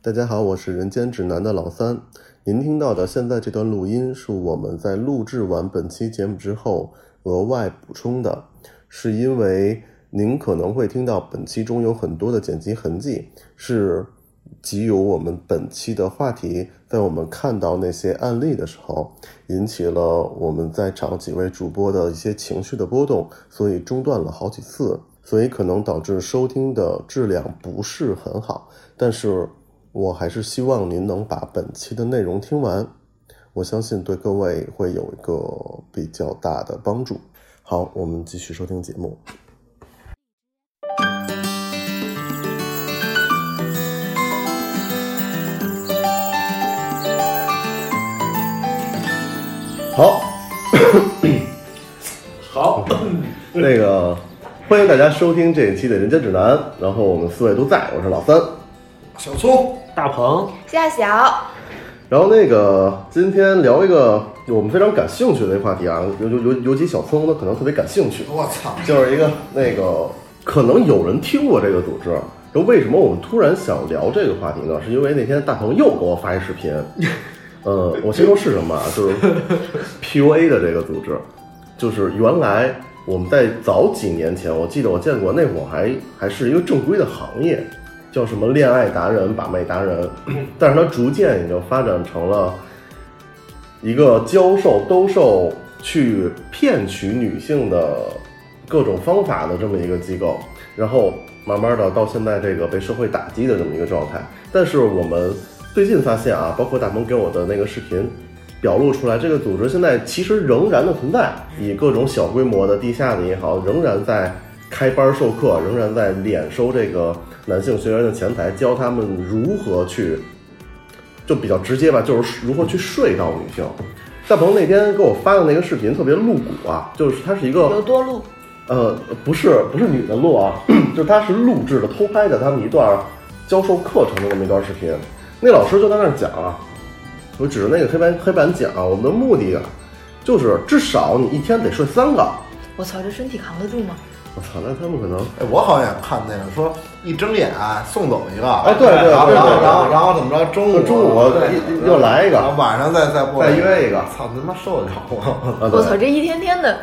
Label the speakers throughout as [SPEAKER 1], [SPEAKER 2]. [SPEAKER 1] 大家好，我是人间指南的老三。您听到的现在这段录音是我们在录制完本期节目之后额外补充的，是因为您可能会听到本期中有很多的剪辑痕迹，是即有我们本期的话题，在我们看到那些案例的时候，引起了我们在场几位主播的一些情绪的波动，所以中断了好几次，所以可能导致收听的质量不是很好，但是。我还是希望您能把本期的内容听完，我相信对各位会有一个比较大的帮助。好，我们继续收听节目。好，
[SPEAKER 2] 好，
[SPEAKER 1] 那个欢迎大家收听这一期的《人间指南》，然后我们四位都在，我是老三。
[SPEAKER 2] 小聪、大鹏，
[SPEAKER 3] 夏小，
[SPEAKER 1] 然后那个，今天聊一个我们非常感兴趣的一个话题啊，尤尤尤尤其小聪他可能特别感兴趣，
[SPEAKER 2] 我操，
[SPEAKER 1] 就是一个那个可能有人听过这个组织。就为什么我们突然想聊这个话题呢？是因为那天大鹏又给我发一视频，呃，我先说是什么啊，就是 PUA 的这个组织，就是原来我们在早几年前，我记得我见过，那会儿还还是一个正规的行业，叫什么恋爱达人、把妹达人， 但是它逐渐已经发展成了一个教授、兜售去骗取女性的各种方法的这么一个机构，然后慢慢的到现在这个被社会打击的这么一个状态。但是我们最近发现啊，包括大鹏给我的那个视频。表露出来，这个组织现在其实仍然的存在，以各种小规模的地下的也好，仍然在开班授课，仍然在敛收这个男性学员的钱财，教他们如何去，就比较直接吧，就是如何去睡到女性。大鹏那天给我发的那个视频特别露骨啊，就是它是一个
[SPEAKER 3] 有多路，
[SPEAKER 1] 呃，不是不是女的录啊， 就是他是录制的、偷拍的他们一段教授课程的那么一段视频。那老师就在那儿讲啊，我指着那个黑板黑板讲啊，我们的目的啊，就是至少你一天得睡三个。
[SPEAKER 3] 我操，这身体扛得住吗？
[SPEAKER 1] 我操，那他们可能
[SPEAKER 4] 哎，我好像也看那个说一睁眼、送走一个，
[SPEAKER 1] 哎对对对
[SPEAKER 4] 然后
[SPEAKER 1] 对
[SPEAKER 4] 然
[SPEAKER 1] 对
[SPEAKER 4] 后然后然后怎么着，中午啊
[SPEAKER 1] 中午又又来一个
[SPEAKER 4] 然后晚上再再过来
[SPEAKER 1] 再约一个
[SPEAKER 4] 操你他妈受得了吗？
[SPEAKER 1] 啊，
[SPEAKER 3] 我操，
[SPEAKER 1] 对，
[SPEAKER 3] 这一天天的，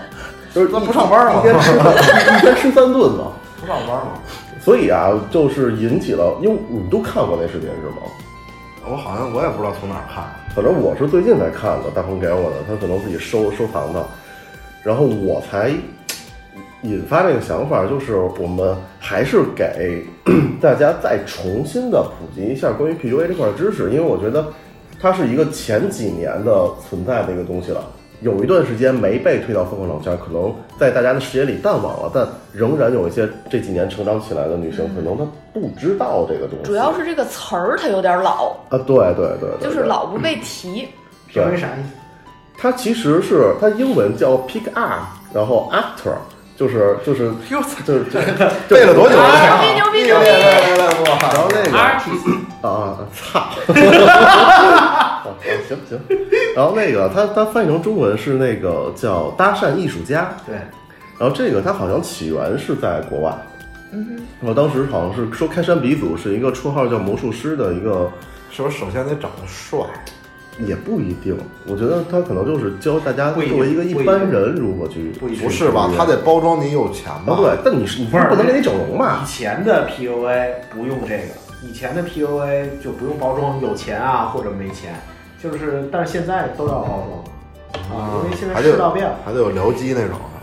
[SPEAKER 1] 就是
[SPEAKER 4] 那
[SPEAKER 1] 一
[SPEAKER 4] 不上班
[SPEAKER 1] 一
[SPEAKER 4] 吗？
[SPEAKER 1] 天吃 一天吃三顿嘛。
[SPEAKER 4] 不上班吗？
[SPEAKER 1] 所以啊，就是引起了，因为你们都看过那视频是吗？
[SPEAKER 4] 我好像我也不知道从哪儿看，
[SPEAKER 1] 反正我是最近才看的，大鹏给我的，他可能自己收收藏的，然后我才嘖引发这个想法，就是我们还是给 大家再重新的普及一下关于 PUA 这块知识，因为我觉得它是一个前几年的存在的一个东西了。有一段时间没被推到风口浪尖，可能在大家的视野里淡忘了，但仍然有一些这几年成长起来的女性，可能她不知道这个东西。
[SPEAKER 3] 主要是这个词儿它有点老，
[SPEAKER 1] 啊，对对对对，
[SPEAKER 3] 就是
[SPEAKER 1] 对
[SPEAKER 3] 老不被提。
[SPEAKER 1] 对
[SPEAKER 2] 啥意思？
[SPEAKER 1] 它其实是它英文叫 pick up，然后 after 就是就是
[SPEAKER 4] 哟操，
[SPEAKER 1] 就是就是
[SPEAKER 4] 背了多久了？
[SPEAKER 3] 牛逼
[SPEAKER 4] 厉
[SPEAKER 3] 牛
[SPEAKER 4] 害
[SPEAKER 3] 逼
[SPEAKER 4] 厉害厉害厉害！
[SPEAKER 1] 然后那个
[SPEAKER 2] artist
[SPEAKER 1] 啊操， 啊行行，然后那个它它翻译成中文是那个叫搭讪艺术家，
[SPEAKER 2] 对，
[SPEAKER 1] 然后这个它好像起源是在国外，
[SPEAKER 3] 嗯
[SPEAKER 1] 我当时好像是说开山鼻祖是一个绰号叫魔术师的一个
[SPEAKER 4] 是不是首先得长得帅？
[SPEAKER 1] 也不一定，我觉得他可能就是教大家
[SPEAKER 2] 不一定
[SPEAKER 1] 作为一个一
[SPEAKER 2] 不一定
[SPEAKER 1] 般人如何去，
[SPEAKER 2] 不一定
[SPEAKER 1] 去
[SPEAKER 4] 不是吧
[SPEAKER 1] 去？
[SPEAKER 4] 他得包装你有钱
[SPEAKER 1] 啊
[SPEAKER 4] 吧？
[SPEAKER 1] 对，，但你是你不能给你整容嘛
[SPEAKER 2] 以，前的 PUA 不用这个，以前的 PUA 就不用包装有钱啊或者没钱，就是但是现在都要包装啊，因为现在
[SPEAKER 4] 还得
[SPEAKER 2] 世道
[SPEAKER 4] 有
[SPEAKER 2] 变了，
[SPEAKER 4] 还得有僚机那种。
[SPEAKER 1] 啊，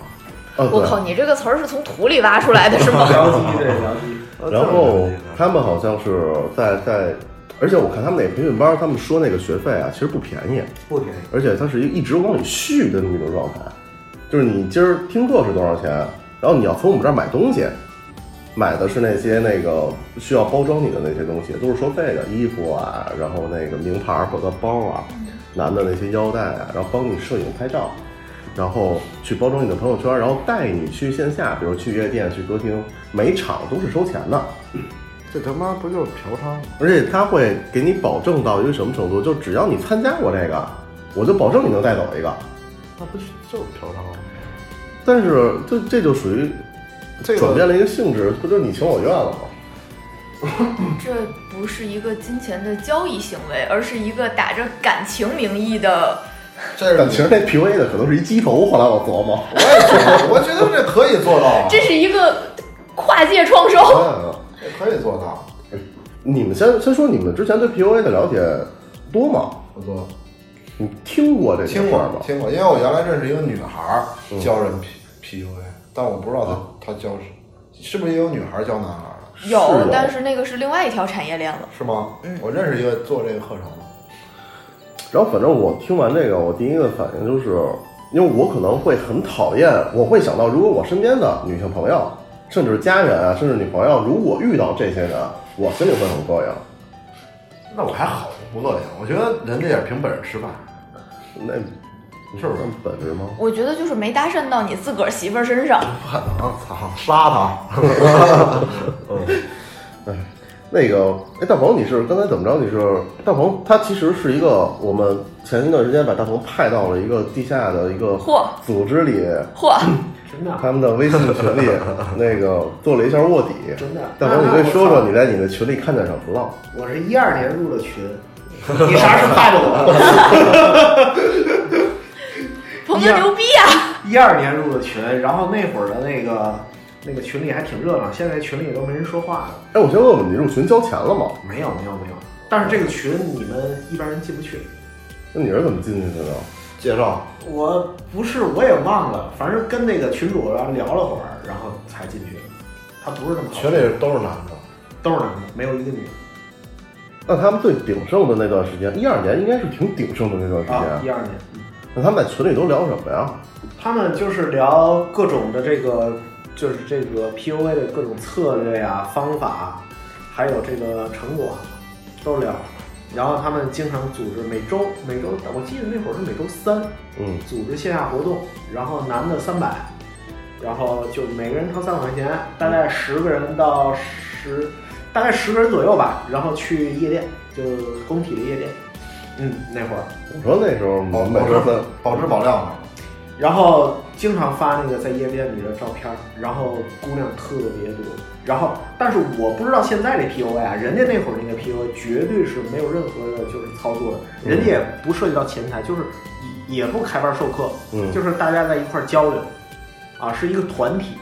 [SPEAKER 3] 哼，我
[SPEAKER 1] 对
[SPEAKER 3] 靠，你这个词儿是从土里挖出来的是 吗？
[SPEAKER 2] 聊机对聊机，
[SPEAKER 4] 是吧
[SPEAKER 1] 然后他们好像是在在，而且我看他们那个培训班，他们说那个学费啊，其实不便宜，
[SPEAKER 2] 不便宜，
[SPEAKER 1] 而且它是一一直往里续的那么一种状态，就是你今儿听课是多少钱，然后你要从我们这儿买东西，买的是那些那个需要包装你的那些东西，都是收费的，衣服啊，然后那个名牌儿或者包啊，男的那些腰带啊，然后帮你摄影拍照，然后去包装你的朋友圈，然后带你去线下，比如去夜店、去歌厅，每场都是收钱的。
[SPEAKER 4] 这他妈不就是嫖娼吗？
[SPEAKER 1] 而且他会给你保证到一个什么程度，就只要你参加过这个，我就保证你能带走一个。
[SPEAKER 4] 那不是就是嫖娼吗？
[SPEAKER 1] 但是这这就属于
[SPEAKER 4] 这个
[SPEAKER 1] 转变了一个性质，不就是你情我愿了吗？
[SPEAKER 3] 这不是一个金钱的交易行为，而是一个打着感情名义的。
[SPEAKER 4] 这
[SPEAKER 1] 但
[SPEAKER 4] 是
[SPEAKER 1] 其实那 PUA 的可能是一鸡头，后来我琢 磨，
[SPEAKER 4] 我也觉得，我觉得这可以做
[SPEAKER 1] 哦
[SPEAKER 4] 到，
[SPEAKER 3] 这是一个跨界创收。
[SPEAKER 1] 嗯，
[SPEAKER 4] 这可以做到，
[SPEAKER 1] 你们先先说你们之前对 PUA 的了解多吗？
[SPEAKER 4] 不错。
[SPEAKER 1] 你听过这件
[SPEAKER 4] 听
[SPEAKER 1] 事
[SPEAKER 4] 过
[SPEAKER 1] 儿吗？
[SPEAKER 4] 听过，因为我原来认识一个女孩儿
[SPEAKER 1] 嗯
[SPEAKER 4] 教人 P PUA，但我不知道她她教是是不是也有女孩儿教男孩儿的，
[SPEAKER 1] 是啊
[SPEAKER 3] 有
[SPEAKER 1] 有，
[SPEAKER 3] 但是那个是另外一条产业链了。
[SPEAKER 4] 是吗？
[SPEAKER 3] 嗯
[SPEAKER 4] 我认识一个做这个课程的，
[SPEAKER 1] 然后反正我听完这个，我第一个反应就是，因为我可能会很讨厌，我会想到，如果我身边的女性朋友，甚至是家人啊，甚至女朋友，如果遇到这些人，我心里会很膈应。
[SPEAKER 4] 那我还好，不膈应。我觉得人家也是凭本事吃饭，
[SPEAKER 1] 那
[SPEAKER 4] 是不是
[SPEAKER 1] 本事吗？
[SPEAKER 3] 我觉得就是没搭讪到你自个儿媳妇儿身上。
[SPEAKER 4] 不可能， 操，杀他！
[SPEAKER 1] 那个，哎，大鹏，你是刚才怎么着？你是大鹏，他其实是一个我们前一段时间把大鹏派到了一个地下的一个
[SPEAKER 3] 嚯
[SPEAKER 1] 组织里，
[SPEAKER 3] 嚯，
[SPEAKER 1] 嗯
[SPEAKER 2] 真的
[SPEAKER 1] 他们的微信群里那个做了一下卧底。
[SPEAKER 2] 真的。
[SPEAKER 1] 大鹏，你可以说说你在你的群里看见什么了？
[SPEAKER 2] 我是一二年入的群，你啥时候派的我？
[SPEAKER 3] 鹏哥牛逼啊！
[SPEAKER 2] 一二年入的群，然后那会儿的那个那个群里还挺热闹，现在群里都没人说话了。
[SPEAKER 1] 哎，我先问问你入群交钱了吗？
[SPEAKER 2] 没有没有没有，但是这个群你们一般人进不去。
[SPEAKER 1] 那你是怎么进去的呢？
[SPEAKER 4] 介绍，
[SPEAKER 2] 我不是我也忘了，反正跟那个群主然后聊了会儿，然后才进去的。他不是那么好
[SPEAKER 4] 群里都是男的，
[SPEAKER 2] 都是男的，没有一个女
[SPEAKER 1] 那他们最鼎盛的那段时间，一二年应该是挺鼎盛的那段时
[SPEAKER 2] 的啊。
[SPEAKER 1] 间。
[SPEAKER 2] 一二年，嗯
[SPEAKER 1] 那他们在群里都聊什么呀？
[SPEAKER 2] 他们就是聊各种的这个，就是这个 PUA 的各种策略呀、方法，啊还有这个成果，都聊。然后他们经常组织每周每周，我记得那会儿是每周三
[SPEAKER 1] 嗯，
[SPEAKER 2] 组织线下活动，然后男的三百，然后就每个人掏三百块钱，大概十个人到十，大概十个人左右吧，然后去夜店，就工体的夜店，嗯，那会儿，
[SPEAKER 1] 我说那时候我
[SPEAKER 4] 保
[SPEAKER 1] 们每
[SPEAKER 4] 保
[SPEAKER 1] 周三
[SPEAKER 4] 质保质保量嘛。
[SPEAKER 2] 然后经常发那个在夜店里的照片儿，然后姑娘特别多。然后，但是我不知道现在这 PUA 啊，人家那会儿那个 PUA 绝对是没有任何的就是操作的，
[SPEAKER 1] 嗯
[SPEAKER 2] 人家也不涉及到前台，就是也不开班授课，
[SPEAKER 1] 嗯
[SPEAKER 2] 就是大家在一块儿交流，啊，是一个团体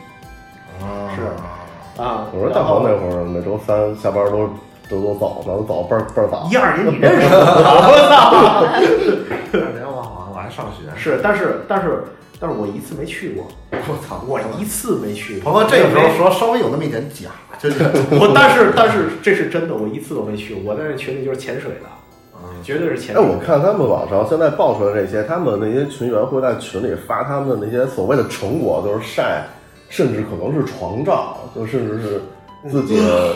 [SPEAKER 4] 啊
[SPEAKER 2] 是啊。
[SPEAKER 1] 我说大鹏那会儿每周三下班都都都早呢，都早倍儿倍儿早
[SPEAKER 2] 一。二年你认识 我？我操！
[SPEAKER 4] 二年哎我好像我还上学，
[SPEAKER 2] 是，但是但是但是我一次没去过，
[SPEAKER 4] 我操，
[SPEAKER 2] 我一次没去过。
[SPEAKER 4] 鹏哥这个时
[SPEAKER 2] 没
[SPEAKER 4] 候说稍微有那么一点假，就是
[SPEAKER 2] 我但是但是这是真的，我一次都没去，我在那群里就是潜水的，
[SPEAKER 4] 嗯
[SPEAKER 2] 绝对是潜
[SPEAKER 1] 哎，
[SPEAKER 2] 水。
[SPEAKER 1] 我看他们网上现在爆出来这些，他们那些群员会在群里发他们的那些所谓的成果，就是晒，甚至可能是床照，就甚至是自己的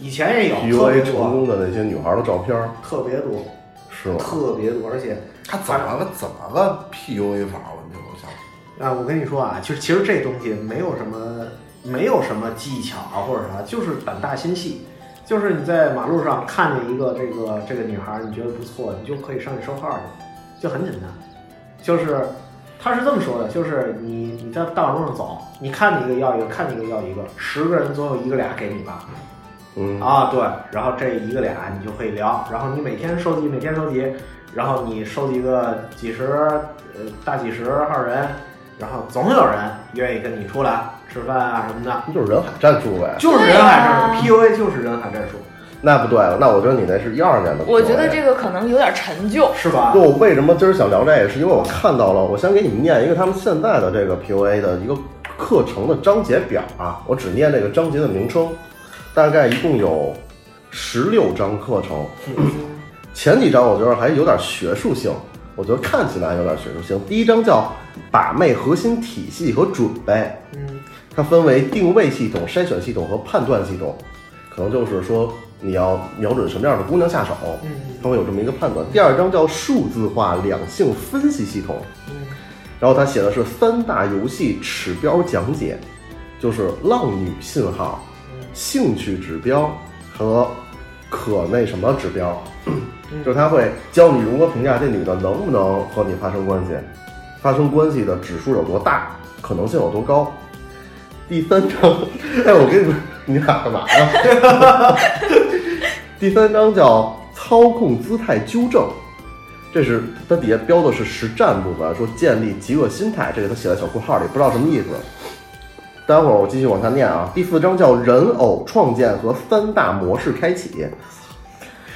[SPEAKER 2] 以前也有
[SPEAKER 1] PUA
[SPEAKER 3] 嗯
[SPEAKER 2] 特别
[SPEAKER 1] 成
[SPEAKER 2] 多，
[SPEAKER 1] 功的那些女孩的照片儿，
[SPEAKER 2] 特别多，
[SPEAKER 1] 是吗？
[SPEAKER 2] 特别多，而且
[SPEAKER 4] 他怎么个怎么个 PUA 法？我就我想
[SPEAKER 2] 啊，我跟你说啊，就是其实这东西没有什么没有什么技巧啊或者啥，就是胆大心细。就是你在马路上看见一个这个这个女孩，你觉得不错，你就可以上去收号了，就很简单。就是他是这么说的，就是你你在大马路上走，你看见一个要一个，看见一个要一个，十个人总有一个俩给你吧。
[SPEAKER 1] 嗯，
[SPEAKER 2] 啊，对，然后这一个俩你就可以聊，然后你每天收集，每天收集，然后你收集个几十呃大几十号人，然后总有人愿意跟你出来吃饭啊什么的，
[SPEAKER 1] 就是人海战术呗。
[SPEAKER 2] 就是人海战术、p u a 就是人海战术，
[SPEAKER 1] 那不对了，那我觉得你那是一二年的。
[SPEAKER 3] 我觉得这个可能有点陈旧。
[SPEAKER 2] 是吧
[SPEAKER 1] 就？我为什么今儿想聊这个，是因为我看到了。我先给你念一个他们现在的这个 PUA 的一个课程的章节表啊，我只念这个章节的名称，大概一共有十六章课程。
[SPEAKER 2] 嗯
[SPEAKER 1] 前几章我觉得还有点学术性，我觉得看起来有点学术性。第一章叫“把妹核心体系和准备”，
[SPEAKER 2] 嗯，
[SPEAKER 1] 它分为定位系统、筛选系统和判断系统，可能就是说你要瞄准什么样的姑娘下手，
[SPEAKER 2] 嗯
[SPEAKER 1] 它会有这么一个判断。第二章叫数字化两性分析系统，
[SPEAKER 2] 嗯
[SPEAKER 1] 然后它写的是三大游戏指标讲解，就是浪女信号、兴趣指标和可那什么指标，就是它会教你如何评价这女的能不能和你发生关系，发生关系的指数有多大，可能性有多高。 第三章，哎，我跟你说，你俩干嘛呀？ 第三章叫操控姿态纠正，这是它底下标的是实战部分，说建立极恶心态，这个它写在小括号里，不知道什么意思。待会儿我继续往下念啊。第四章叫人偶创建和三大模式开启，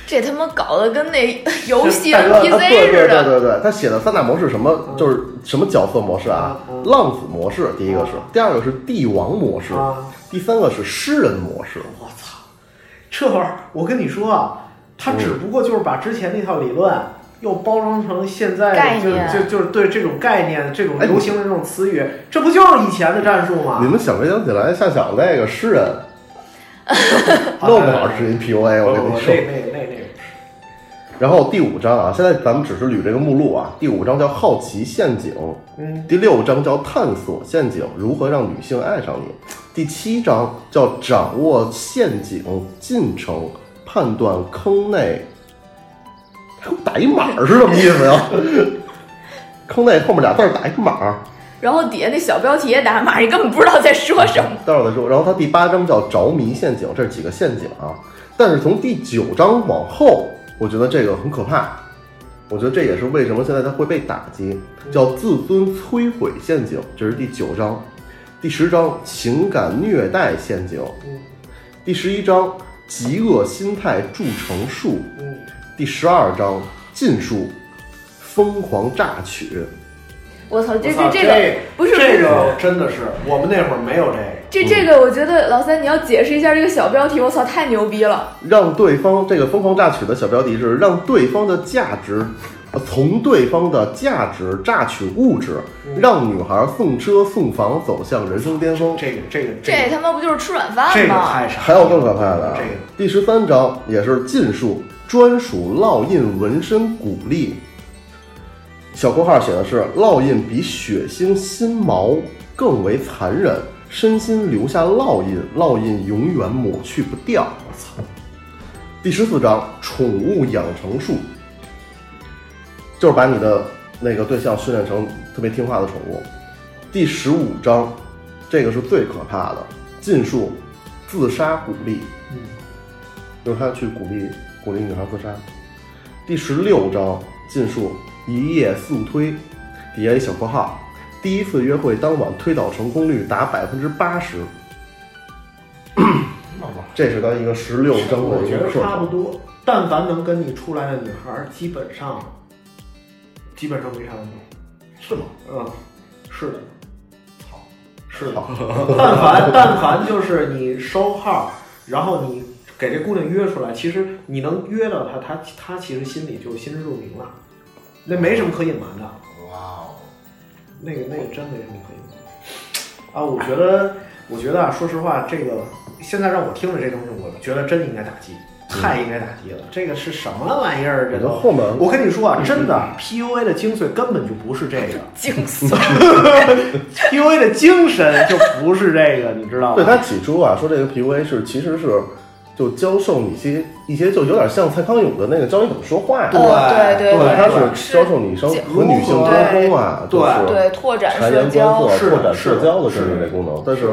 [SPEAKER 3] 这他妈搞得跟那游戏
[SPEAKER 1] 大哥啊
[SPEAKER 3] NPC
[SPEAKER 1] 对对
[SPEAKER 3] 似
[SPEAKER 1] 对
[SPEAKER 3] 的。
[SPEAKER 1] 对对，他写的三大模式什么就是什么角色模式啊
[SPEAKER 2] 嗯，嗯
[SPEAKER 1] 浪子模式第一个是，第二个是帝王模式，
[SPEAKER 2] 啊，
[SPEAKER 1] 第三个是诗人模式。
[SPEAKER 2] 我操，这玩意儿，我跟你说啊，他
[SPEAKER 1] 嗯
[SPEAKER 2] 只不过就是把之前那套理论。又包装成现在
[SPEAKER 3] 概
[SPEAKER 2] 就
[SPEAKER 3] 念
[SPEAKER 2] 就就是对这种概念、这种
[SPEAKER 1] 哎
[SPEAKER 2] 流行的这种词语，这不就是以前的战术吗？
[SPEAKER 1] 你们想没想起来夏小那个诗人，
[SPEAKER 2] 啊
[SPEAKER 1] 弄不好是一 PUA，我跟哎
[SPEAKER 2] 不
[SPEAKER 1] 你
[SPEAKER 2] 不
[SPEAKER 1] 说
[SPEAKER 2] 那。哦那那那
[SPEAKER 1] 然后第五章啊，现在咱们只是捋这个目录啊。第五章叫好奇陷阱，
[SPEAKER 2] 嗯，
[SPEAKER 1] 第六章叫探索陷阱，如何让女性爱上你。第七章叫掌握陷阱进程，判断坑内。给我打一码儿是什么意思呀？坑内后面俩字儿打一码儿，
[SPEAKER 3] 然后底下那小标题也打码，你根本不知道在说 什么。
[SPEAKER 1] 待会儿再说。然后它第八章叫着迷陷阱，这是几个陷阱啊。但是从第九章往后，我觉得这个很可怕。我觉得这也是为什么现在它会被打击，叫自尊摧毁陷阱，这是第九章。第十章情感虐待陷阱，
[SPEAKER 2] 嗯
[SPEAKER 1] 第十一章极恶心态铸成术，
[SPEAKER 2] 嗯，
[SPEAKER 1] 第十二章禁术，疯狂榨取。
[SPEAKER 3] 我操，这
[SPEAKER 2] 我操
[SPEAKER 3] 这个不是不
[SPEAKER 2] 这
[SPEAKER 3] 是。
[SPEAKER 2] 个真的是我们那会儿没有这个。
[SPEAKER 3] 这这个，我觉得老三你要解释一下这个小标题，我操，太牛逼了！
[SPEAKER 1] 让对方这个疯狂榨取的小标题是让对方的价值，呃从对方的价值榨取物质，让女孩送车送房走向人生巅峰。
[SPEAKER 2] 这个这个
[SPEAKER 3] 这
[SPEAKER 2] 个
[SPEAKER 3] 他妈不就是吃软饭
[SPEAKER 2] 这个
[SPEAKER 3] 吗？
[SPEAKER 2] 太傻了，
[SPEAKER 1] 还有更可怕的啊
[SPEAKER 2] 这个，
[SPEAKER 1] 第十三章也是禁术，专属烙印纹身鼓励。小括号写的是烙印比血腥心毛更为残忍，身心留下烙印，烙印永远抹去不掉。我操！第十四章宠物养成术，就是把你的那个对象训练成特别听话的宠物。第十五章，这个是最可怕的，禁术自杀鼓励，
[SPEAKER 2] 嗯，
[SPEAKER 1] 就是他去鼓励鼓励女孩自杀。第十六章禁术一夜速推，底下一小括号，第一次约会当晚推倒成功率达百分之八十，
[SPEAKER 4] 那玩意儿
[SPEAKER 1] 这是他一个十六章的
[SPEAKER 2] 我
[SPEAKER 1] 一
[SPEAKER 2] 觉
[SPEAKER 1] 个
[SPEAKER 2] 得
[SPEAKER 1] 射
[SPEAKER 2] 差不
[SPEAKER 1] 程。
[SPEAKER 2] 多。但凡能跟你出来的女孩儿，基本上基本上没啥问题。
[SPEAKER 4] 是吗？
[SPEAKER 2] 嗯，是的，
[SPEAKER 4] 操，
[SPEAKER 2] 是的。但凡但凡就是你收号，然后你给这姑娘约出来，其实你能约到她，她她其实心里就心知肚明了，那没什么可隐瞒的。
[SPEAKER 4] 哇哦，
[SPEAKER 2] 那个那个真没什么可以的啊，我觉得，我觉得啊，说实话，这个现在让我听着这东西，我觉得真应该打击，太应该打击了。这个是什么玩意儿？这
[SPEAKER 1] 我觉得
[SPEAKER 2] 都，
[SPEAKER 1] 后面
[SPEAKER 2] 我跟你说啊，真的，PUA
[SPEAKER 1] 嗯
[SPEAKER 2] 的精髓根本就不是这个
[SPEAKER 3] 惊悚！
[SPEAKER 2] ，PUA 的精神就不是这个，你知道
[SPEAKER 1] 对
[SPEAKER 2] 吗？
[SPEAKER 1] 他起初啊说这个 PUA 是其实是就教授你一些一些就有点像蔡康永的那个教你怎么说话，
[SPEAKER 4] 对
[SPEAKER 3] 哦对
[SPEAKER 1] 对，他
[SPEAKER 3] 对
[SPEAKER 1] 是教授女生和女性沟通啊，
[SPEAKER 2] 对
[SPEAKER 1] 就是
[SPEAKER 3] 对，拓展
[SPEAKER 1] 察
[SPEAKER 3] 社
[SPEAKER 1] 言观
[SPEAKER 3] 交
[SPEAKER 1] 色、
[SPEAKER 2] 是
[SPEAKER 1] 拓展
[SPEAKER 2] 是
[SPEAKER 1] 社交的这
[SPEAKER 2] 是
[SPEAKER 1] 么一类功能。但是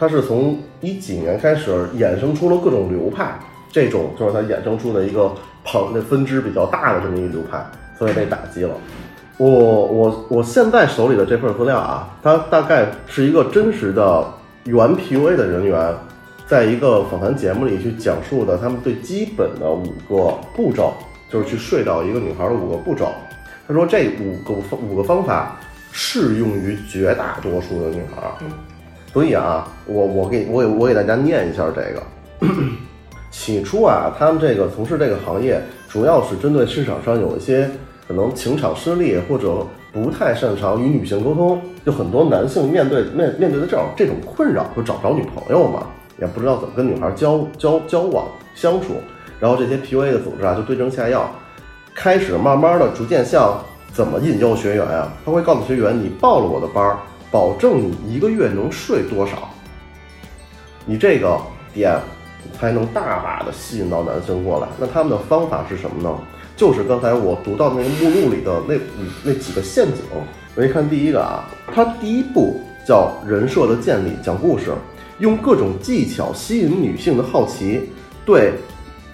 [SPEAKER 1] 它是从一几年开始衍生出了各种流派，这种就是它衍生出的一个旁的分支比较大的这么一个流派，所以被打击了。我我我现在手里的这份资料啊，它大概是一个真实的原 PUA 的人员，在一个访谈节目里去讲述的他们最基本的五个步骤，就是去睡到一个女孩的五个步骤。他说这五个五个方法适用于绝大多数的女孩儿。所以啊，我我给我给我给大家念一下这个。 起初啊，他们这个从事这个行业，主要是针对市场上有一些可能情场失利或者不太擅长与女性沟通，就很多男性面对面面对的这种这种困扰，就找不着女朋友嘛，也不知道怎么跟女孩交交交往相处，然后这些 PUA 的组织啊，就对症下药，开始慢慢的逐渐向怎么引诱学员啊，他会告诉学员，你报了我的班儿，保证你一个月能睡多少，你这个点才能大把的吸引到男生过来。那他们的方法是什么呢？就是刚才我读到那个目录里的那五那几个陷阱。我一看第一个啊，它第一步叫人设的建立，讲故事，用各种技巧吸引女性的好奇，对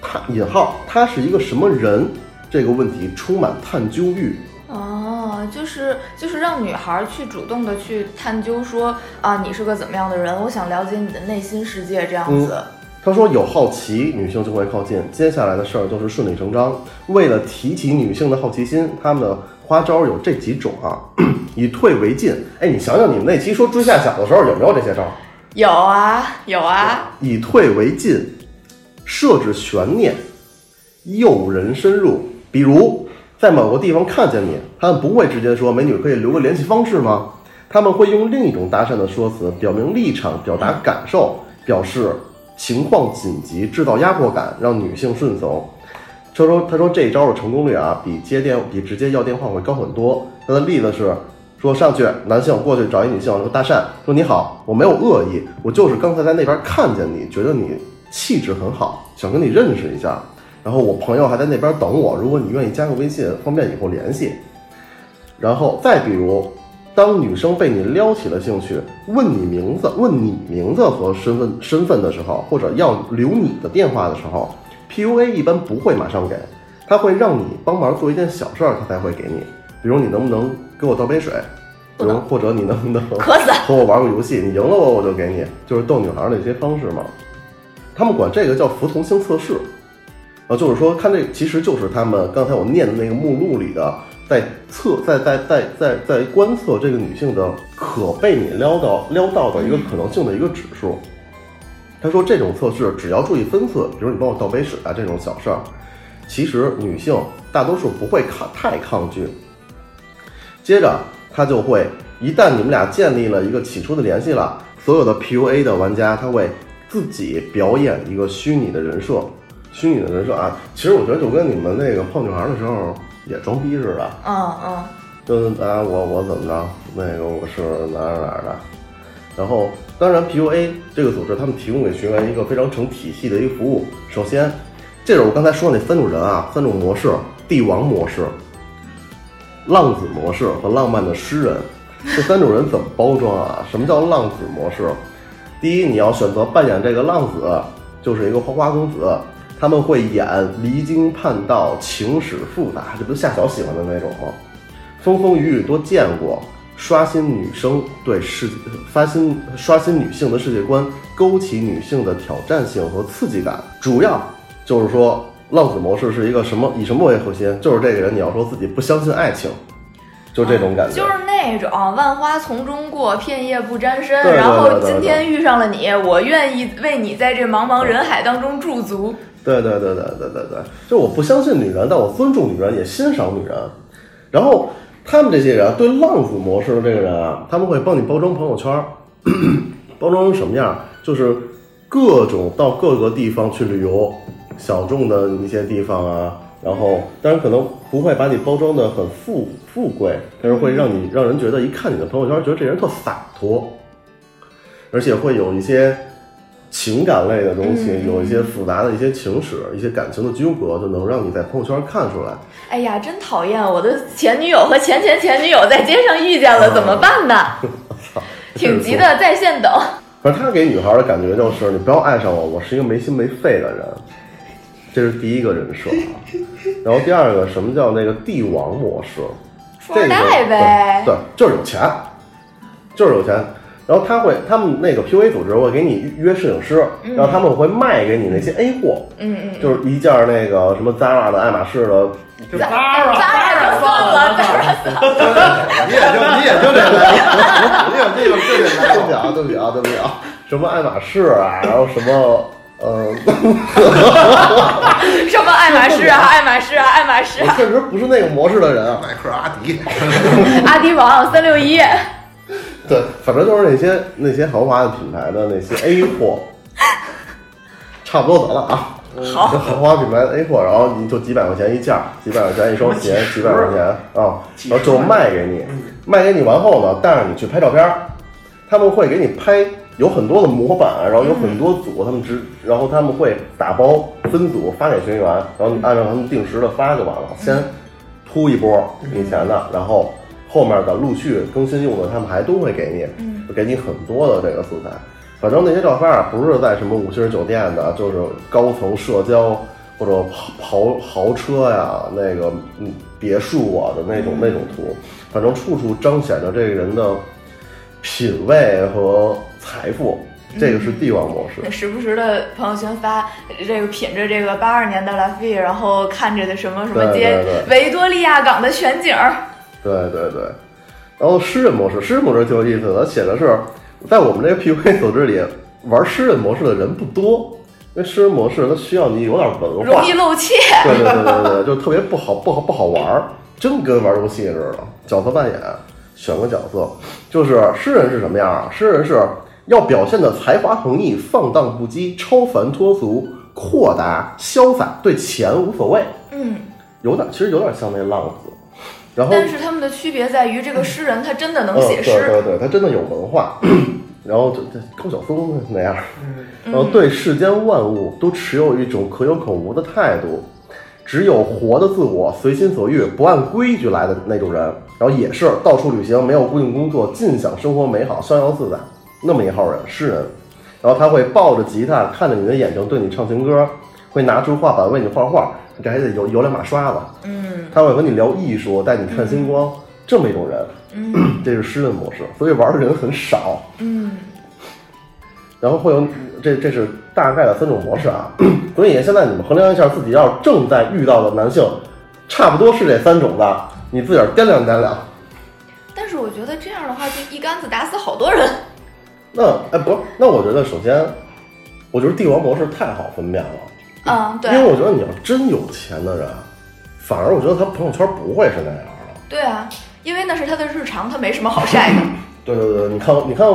[SPEAKER 1] 他引号他是一个什么人这个问题充满探究欲。
[SPEAKER 3] 哦，就是就是让女孩儿去主动的去探究说啊，你是个怎么样的人？我想了解你的内心世界，这样子。
[SPEAKER 1] 他说有好奇，女性就会靠近，接下来的事儿就是顺理成章。为了提起女性的好奇心，他们的花招有这几种啊， 以退为进。哎，你想想你们那期说追夏小的时候有没有这些招？
[SPEAKER 3] 有啊，有啊，
[SPEAKER 1] 以退为进，设置悬念，诱人深入。比如在某个地方看见你，他们不会直接说“美女可以留个联系方式吗”，他们会用另一种搭讪的说辞，表明立场，表达感受，表示情况紧急，制造压迫感，让女性顺从。他说：“他说这一招的成功率啊，比接电比直接要电话会高很多。他的例子是说，上去男性过去找一女性说搭讪，说你好，我没有恶意，我就是刚才在那边看见你，觉得你气质很好，想跟你认识一下。然后我朋友还在那边等我，如果你愿意加个微信，方便以后联系。然后再比如，当女生被你撩起了兴趣，问你名字、问你名字和身份身份的时候，或者要留你的电话的时候，PUA 一般不会马上给，他会让你帮忙做一件小事儿，他才会给你。比如你能不能给我倒杯水，比如或者你能不能
[SPEAKER 3] 渴死。
[SPEAKER 1] 和我玩个游戏，你赢了我我就给你，就是逗女孩儿的一些方式嘛。他们管这个叫服从性测试，啊，就是说看这其实就是他们刚才我念的那个目录里的，在测在在在在在观测这个女性的可被你撩到撩到的一个可能性的一个指数。他说这种测试只要注意分寸，比如你帮我倒杯水啊这种小事儿，其实女性大多数不会抗太抗拒，接着他就会，一旦你们俩建立了一个起初的联系了，所有的 PUA 的玩家他会自己表演一个虚拟的人设，虚拟的人设啊，其实我觉得就跟你们那个泡女孩的时候也装逼似的，
[SPEAKER 3] 嗯嗯，
[SPEAKER 1] 就是啊我我怎么着，那个我是哪儿哪儿的，然后当然 PUA 这个组织他们提供给学员一个非常成体系的一个服务，首先，这是我刚才说的那三种人啊，三种模式，帝王模式。浪子模式和浪漫的诗人，这三种人怎么包装啊？什么叫浪子模式？第一，你要选择扮演这个浪子，就是一个花花公子，他们会演离经叛道、情史复杂，这不夏小喜欢的那种吗？风风雨雨都见过，刷新女生对世界发新刷新女性的世界观，勾起女性的挑战性和刺激感。主要就是说，浪子模式是一个什么以什么为核心？就是这个人，你要说自己不相信爱情，就这种感觉。
[SPEAKER 3] 就是那种啊万花丛中过，片叶不沾身。
[SPEAKER 1] 对对
[SPEAKER 3] 然
[SPEAKER 1] 对
[SPEAKER 3] 后
[SPEAKER 1] 对对
[SPEAKER 3] 今天遇上了你，我愿意为你在这茫茫人海当中驻足。
[SPEAKER 1] 对对对对对对对，就我不相信女人，但我尊重女人，也欣赏女人。然后他们这些人啊对浪子模式的这个人啊，他们会帮你包装朋友圈儿， 包装成什么样儿？就是各种到各个地方去旅游，小众的一些地方啊。然后，当然可能不会把你包装的很富富贵，但是会让你让人觉得一看你的朋友圈，觉得这人特洒脱，而且会有一些情感类的东西，有一些复杂的一些情史、一些感情的纠葛，就能让你在朋友圈看出来。
[SPEAKER 3] 哎呀，真讨厌！我的前女友和前前前女友在街上遇见了，怎么 办呢？挺急的，在线等。
[SPEAKER 1] 反正他给女孩的感觉就是，你不要爱上我，我是一个没心没肺的人，这是第一个人设啊。然后第二个，什么叫那个帝王模式？
[SPEAKER 3] 富二代呗
[SPEAKER 1] 这个对，对，就是有钱，就是有钱。然后他会，他们那个 PUA 组织会给你约摄影师，然后他们会卖给你那些 A 货，
[SPEAKER 3] 嗯嗯，
[SPEAKER 1] 就是一件那个什么 Zara 的、爱马仕的，
[SPEAKER 4] 这
[SPEAKER 3] 咱
[SPEAKER 4] 当
[SPEAKER 2] 啊
[SPEAKER 4] 然
[SPEAKER 3] 咱俩就算了，咱俩
[SPEAKER 4] 你也就你也就这
[SPEAKER 1] 哎
[SPEAKER 4] 来，你也就这这
[SPEAKER 1] 对不起啊，对不起啊，对不起啊，什么爱马仕啊，然后什么呃，
[SPEAKER 3] 什么爱 马仕啊，爱马仕啊，爱马仕
[SPEAKER 1] 我
[SPEAKER 3] 啊，
[SPEAKER 1] 确实不是那个模式的人啊。
[SPEAKER 4] 耐克、阿迪，
[SPEAKER 3] 阿迪王三六一，
[SPEAKER 1] 嗯对，反正就是那些那些豪华的品牌的那些 A 货，差不多得了啊。
[SPEAKER 3] 好
[SPEAKER 1] 就豪华品牌的 A 货，然后你就几百块钱一件儿，几百块钱一双鞋，几
[SPEAKER 2] 什么
[SPEAKER 1] 百块钱啊，
[SPEAKER 2] 几十嗯
[SPEAKER 1] 然后就卖给你，卖给你完后呢，带着你去拍照片儿，他们会给你拍，有很多的模板，然后有很多组，他们只，然后他们会打包分组发给学员，然后你按照他们定时的发就完了，先铺一波以前的，然后后面的陆续更新用的，他们还都会给你，
[SPEAKER 3] 嗯
[SPEAKER 1] 就给你很多的这个素材。反正那些照片儿不是在什么五星级酒店的，就是高层社交或者豪豪车呀、那个嗯别墅啊的那种那种图，反正处处彰显着这个人的品味和财富。这个是帝王模式，
[SPEAKER 3] 时不时的朋友圈发这个品着这个八二年的拉菲，然后看着的什么什么
[SPEAKER 1] 对
[SPEAKER 3] 街
[SPEAKER 1] 对对
[SPEAKER 3] 维多利亚港的全景儿，
[SPEAKER 1] 对对对。然后诗人模式，诗人模式挺有意思的，它写的是在我们这个 PUA 组织里玩诗人模式的人不多，因为诗人模式它需要你有点文化，
[SPEAKER 3] 容易露怯。
[SPEAKER 1] 对对对对对，就特别不好不好不好玩儿，真跟玩儿游戏似的。角色扮演，选个角色，就是诗人是什么样啊？诗人是要表现的才华横溢、放荡不羁、超凡脱俗、豁达、潇洒，对钱无所谓，
[SPEAKER 3] 嗯，
[SPEAKER 1] 有点其实有点像那浪子。然后，
[SPEAKER 3] 但是他们的区别在于，这个诗人他真的能
[SPEAKER 1] 嗯，
[SPEAKER 3] 写
[SPEAKER 1] 对
[SPEAKER 3] 诗，
[SPEAKER 1] 对对，他真的有文化。 然后这这高晓松那样，
[SPEAKER 2] 嗯，
[SPEAKER 1] 然后哦对世间万物都持有一种可有可无的态度，只有活的自我，随心所欲，不按规矩来的那种人。然后也是到处旅行，没有固定工作，尽享生活美好，逍遥自在，那么一号人，诗人。然后他会抱着吉他，看着你的眼睛，对你唱情歌，会拿出画板为你画画，这还得有有两把刷子。
[SPEAKER 3] 嗯
[SPEAKER 1] 他会和你聊艺术，带你看星光，这么一种人，
[SPEAKER 3] 嗯
[SPEAKER 1] 这是诗人模式，所以玩的人很少。
[SPEAKER 3] 嗯，
[SPEAKER 1] 然后会有这这是大概的三种模式啊。所以现在你们衡量一下自己要正在遇到的男性，差不多是这三种的，你自个儿掂量掂量。
[SPEAKER 3] 但是我觉得这样的话就一竿子打死好多人。
[SPEAKER 1] 那哎不，那我觉得首先，我觉得帝王模式太好分辨了，
[SPEAKER 3] 嗯，
[SPEAKER 1] 因为
[SPEAKER 3] 对
[SPEAKER 1] 我觉得你要真有钱的人，反而我觉得他朋友圈不会是那样的。
[SPEAKER 3] 对啊，因为那是他的日常，他没什么好晒的。
[SPEAKER 1] 对对对，你看你看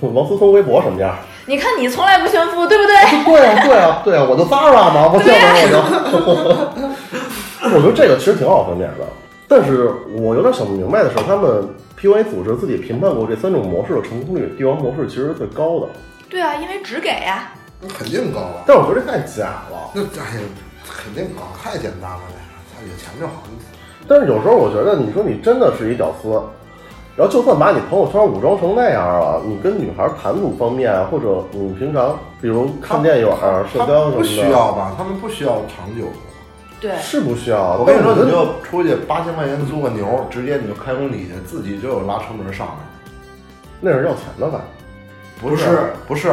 [SPEAKER 1] 王思聪微博什么样？
[SPEAKER 3] 你看你从来不炫富，对不对？
[SPEAKER 1] 对啊，对啊，对啊，我就 Zara 嘛，不见得我就。 我觉得这个其实挺好分辨的，但是我有点想不明白的是，他们 PUA 组织自己评判过这三种模式的成功率，帝王模式其实是最高的，
[SPEAKER 3] 对啊，因为只给呀、
[SPEAKER 4] 那肯定高啊。
[SPEAKER 1] 但我觉得这太假了。
[SPEAKER 4] 那哎呀，肯定高，太简单了那个，他有钱就好。
[SPEAKER 1] 但是有时候我觉得，你说你真的是一屌丝，然后就算把你朋友圈武装成那样了，你跟女孩谈吐方面，或者你平常比如看电影啊、社
[SPEAKER 4] 他
[SPEAKER 1] 交什么的，
[SPEAKER 4] 不需要吧？他们不需要长久的。
[SPEAKER 3] 对，
[SPEAKER 1] 是不需要。
[SPEAKER 4] 我跟你说，
[SPEAKER 1] 但
[SPEAKER 4] 你
[SPEAKER 1] 是
[SPEAKER 4] 就出去八千块钱租个牛，直接你就开工底去，自己就有拉车门上来。
[SPEAKER 1] 那是要钱的吧？
[SPEAKER 4] 不不是，
[SPEAKER 2] 不是，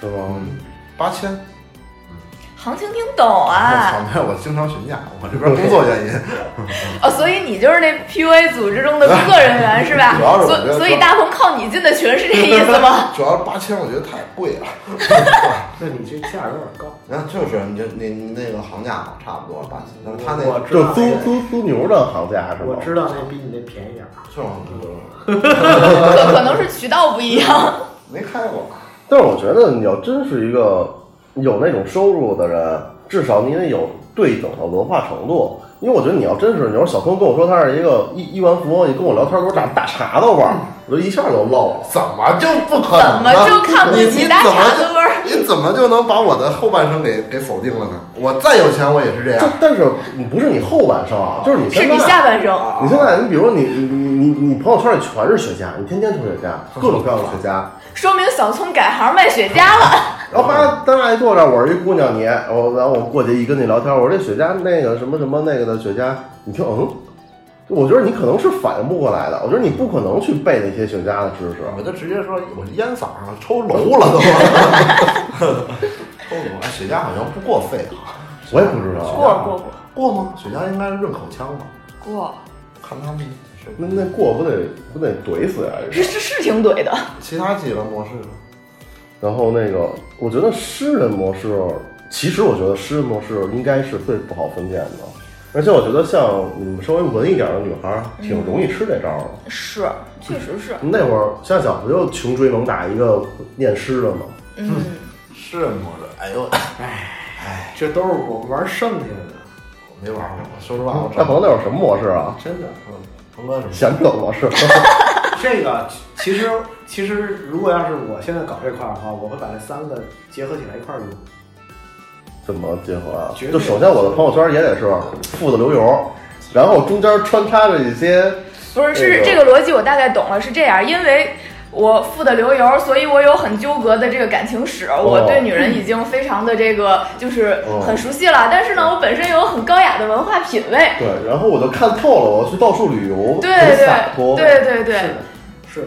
[SPEAKER 1] 是吗？
[SPEAKER 4] 嗯，八千。
[SPEAKER 3] 行情听懂
[SPEAKER 4] 我。
[SPEAKER 3] 啊
[SPEAKER 4] 操，那我经常询价，我这边工作原因。
[SPEAKER 3] 哦，所以你就是那 PUA 组织中的工作人员是 吧？
[SPEAKER 4] 主要是我觉
[SPEAKER 3] 所
[SPEAKER 4] 得
[SPEAKER 3] 所以大鹏靠你进的群是这意思吗？
[SPEAKER 4] 主要是八千，我觉得太贵了。
[SPEAKER 2] 那你这价有点高。
[SPEAKER 4] 然后就是你就你你那个行价嘛，差不多八千。但是他那
[SPEAKER 2] 我
[SPEAKER 4] 个
[SPEAKER 2] 知
[SPEAKER 1] 就
[SPEAKER 2] 道
[SPEAKER 1] 租
[SPEAKER 2] 那个，
[SPEAKER 1] 租租牛的行家是吗？
[SPEAKER 2] 哎我知道那比你那便宜点儿。啊
[SPEAKER 4] 是吗？
[SPEAKER 3] 可可能是渠道不一 样。
[SPEAKER 4] 没开过。
[SPEAKER 1] 但是我觉得你要真是一个有那种收入的人，至少你得有对等的文化程度。因为我觉得你要真是，你说小聪跟我说他是一个亿亿万富翁，你跟我聊天给我打打茶豆吧，我就一下就漏了。
[SPEAKER 4] 怎么就不可
[SPEAKER 3] 怎
[SPEAKER 4] 能呢？
[SPEAKER 3] 么就看不起大碴子味儿
[SPEAKER 4] 你你怎么就你怎么就能把我的后半生给给否定了呢？我再有钱，我也是这
[SPEAKER 1] 这
[SPEAKER 4] 样。
[SPEAKER 1] 但是你不是你后半生啊，就是你
[SPEAKER 3] 是
[SPEAKER 1] 现在，
[SPEAKER 3] 你下半生，
[SPEAKER 1] 你现在，你比如你你你你朋友圈里全是雪茄，你天天抽雪茄，各种各样的雪茄。
[SPEAKER 3] 说明小聪改行卖雪茄了。
[SPEAKER 1] 然后吧，咱俩一坐这儿，我是一姑娘，你，我然后我过去一跟你聊天，我说这雪茄那个什么什么那个的雪茄，你听，嗯，我觉得你可能是反应不过来的，我觉得你不可能去背那些雪茄的知识。
[SPEAKER 4] 我就直接说，我烟嗓上抽楼了都。 抽楼，哎雪茄好像不过肺啊。
[SPEAKER 1] 我也不知道
[SPEAKER 3] 过过过
[SPEAKER 4] 过吗？雪茄应该是润口腔吧？
[SPEAKER 3] 过，
[SPEAKER 4] 看他们是
[SPEAKER 1] 那那过不得不得怼死呀、这
[SPEAKER 3] 是
[SPEAKER 1] 个
[SPEAKER 3] 是是挺怼的。
[SPEAKER 4] 其他几个模式呢？
[SPEAKER 1] 然后那个，我觉得诗人模式，其实我觉得诗人模式应该是最不好分辨的，而且我觉得像你们稍微文一点的女孩儿，挺容易吃这招的。
[SPEAKER 3] 是，确实是，
[SPEAKER 1] 那会儿像小不就穷追猛打一个念诗的吗？
[SPEAKER 3] 嗯，
[SPEAKER 4] 诗人模式。哎呦，
[SPEAKER 2] 这都是我们玩剩下的，
[SPEAKER 4] 我没玩过，说实话，我
[SPEAKER 1] 大鹏嗯那有什么模式啊？
[SPEAKER 2] 真的。
[SPEAKER 4] 嗯鹏哥什么？
[SPEAKER 1] 闲走模式，
[SPEAKER 2] 这个其实其实，如果要是我现在搞这块儿的话，我会把这三个结合起来一块儿用。
[SPEAKER 1] 怎么结合啊？
[SPEAKER 2] 绝对
[SPEAKER 1] 就首先我的朋友圈也得是富的流油，然后中间穿插着一些
[SPEAKER 3] 不是，是
[SPEAKER 1] 那个
[SPEAKER 3] 这个逻辑我大概懂了，是这样，因为。我富的流油，所以我有很纠葛的这个感情史，
[SPEAKER 1] 哦
[SPEAKER 3] 我对女人已经非常的这个就是很熟悉了。但是
[SPEAKER 1] 哦
[SPEAKER 3] 呢，我本身有很高雅的文化品位，
[SPEAKER 1] 对，然后我都看透了，我要去到处旅游，
[SPEAKER 3] 对
[SPEAKER 1] 哦很洒脱，
[SPEAKER 3] 对对
[SPEAKER 2] 是
[SPEAKER 3] 对对
[SPEAKER 2] 的，是的。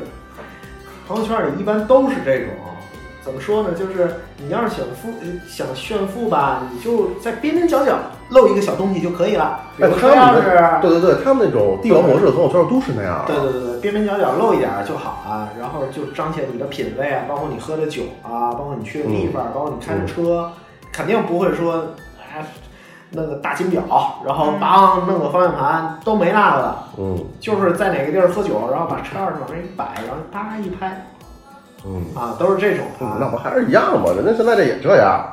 [SPEAKER 2] 朋友圈里一般都是这种，怎么说呢？就是你要是想富，呃想炫富吧，你就在边边角角露一个小东西就可以了。比
[SPEAKER 1] 哎，
[SPEAKER 2] 如
[SPEAKER 1] 他
[SPEAKER 2] 说要
[SPEAKER 1] 们
[SPEAKER 2] 是，
[SPEAKER 1] 那对对对，他们那种帝王模式的朋友圈都是那样的，
[SPEAKER 2] 对对对对，边边角角露一点儿就好啊，然后就彰显你的品味啊，包括你喝的酒啊，包括你去的地方，包括你开的车，肯定不会说哎弄个大金表，然后梆弄个方向盘都没那个了。
[SPEAKER 1] 嗯
[SPEAKER 2] 就是在哪个地儿喝酒，然后把车钥匙往那一摆，然后叭一拍
[SPEAKER 1] 嗯，
[SPEAKER 2] 啊，都是这种
[SPEAKER 1] 嗯
[SPEAKER 2] 啊。
[SPEAKER 1] 那不还是一样吗？人家现在这也这样，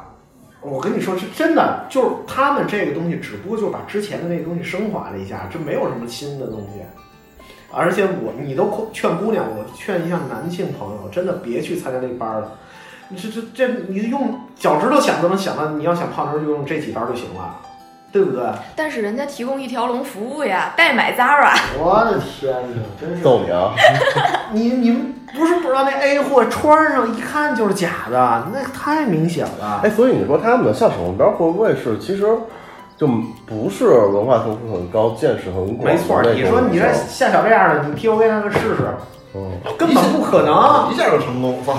[SPEAKER 2] 我跟你说是真的，就是他们这个东西只不过就把之前的那个东西升华了一下，这没有什么新的东西。而且我你都劝姑娘，我劝一下男性朋友，真的别去参加那班了。你这这这，你用脚趾头想都能想到，你要想泡妞就用这几招就行了，对不对？
[SPEAKER 3] 但是人家提供一条龙服务呀，代买 Zara，
[SPEAKER 2] 我的天哪，真是
[SPEAKER 1] 揍你啊！
[SPEAKER 2] 你你们不是不知道那 A 货穿上一看就是假的，那太明显了。
[SPEAKER 1] 哎，所以你说他们下手目标会不会是其实就不是文化层次很高、见识很广的
[SPEAKER 2] 没
[SPEAKER 1] 那种
[SPEAKER 2] 错
[SPEAKER 1] 女
[SPEAKER 2] 儿，
[SPEAKER 1] 生？
[SPEAKER 2] 你说你这夏小这样的，你 PUA 他个试试，
[SPEAKER 1] 嗯，
[SPEAKER 2] 根本不可能。
[SPEAKER 4] 一下就成功，操！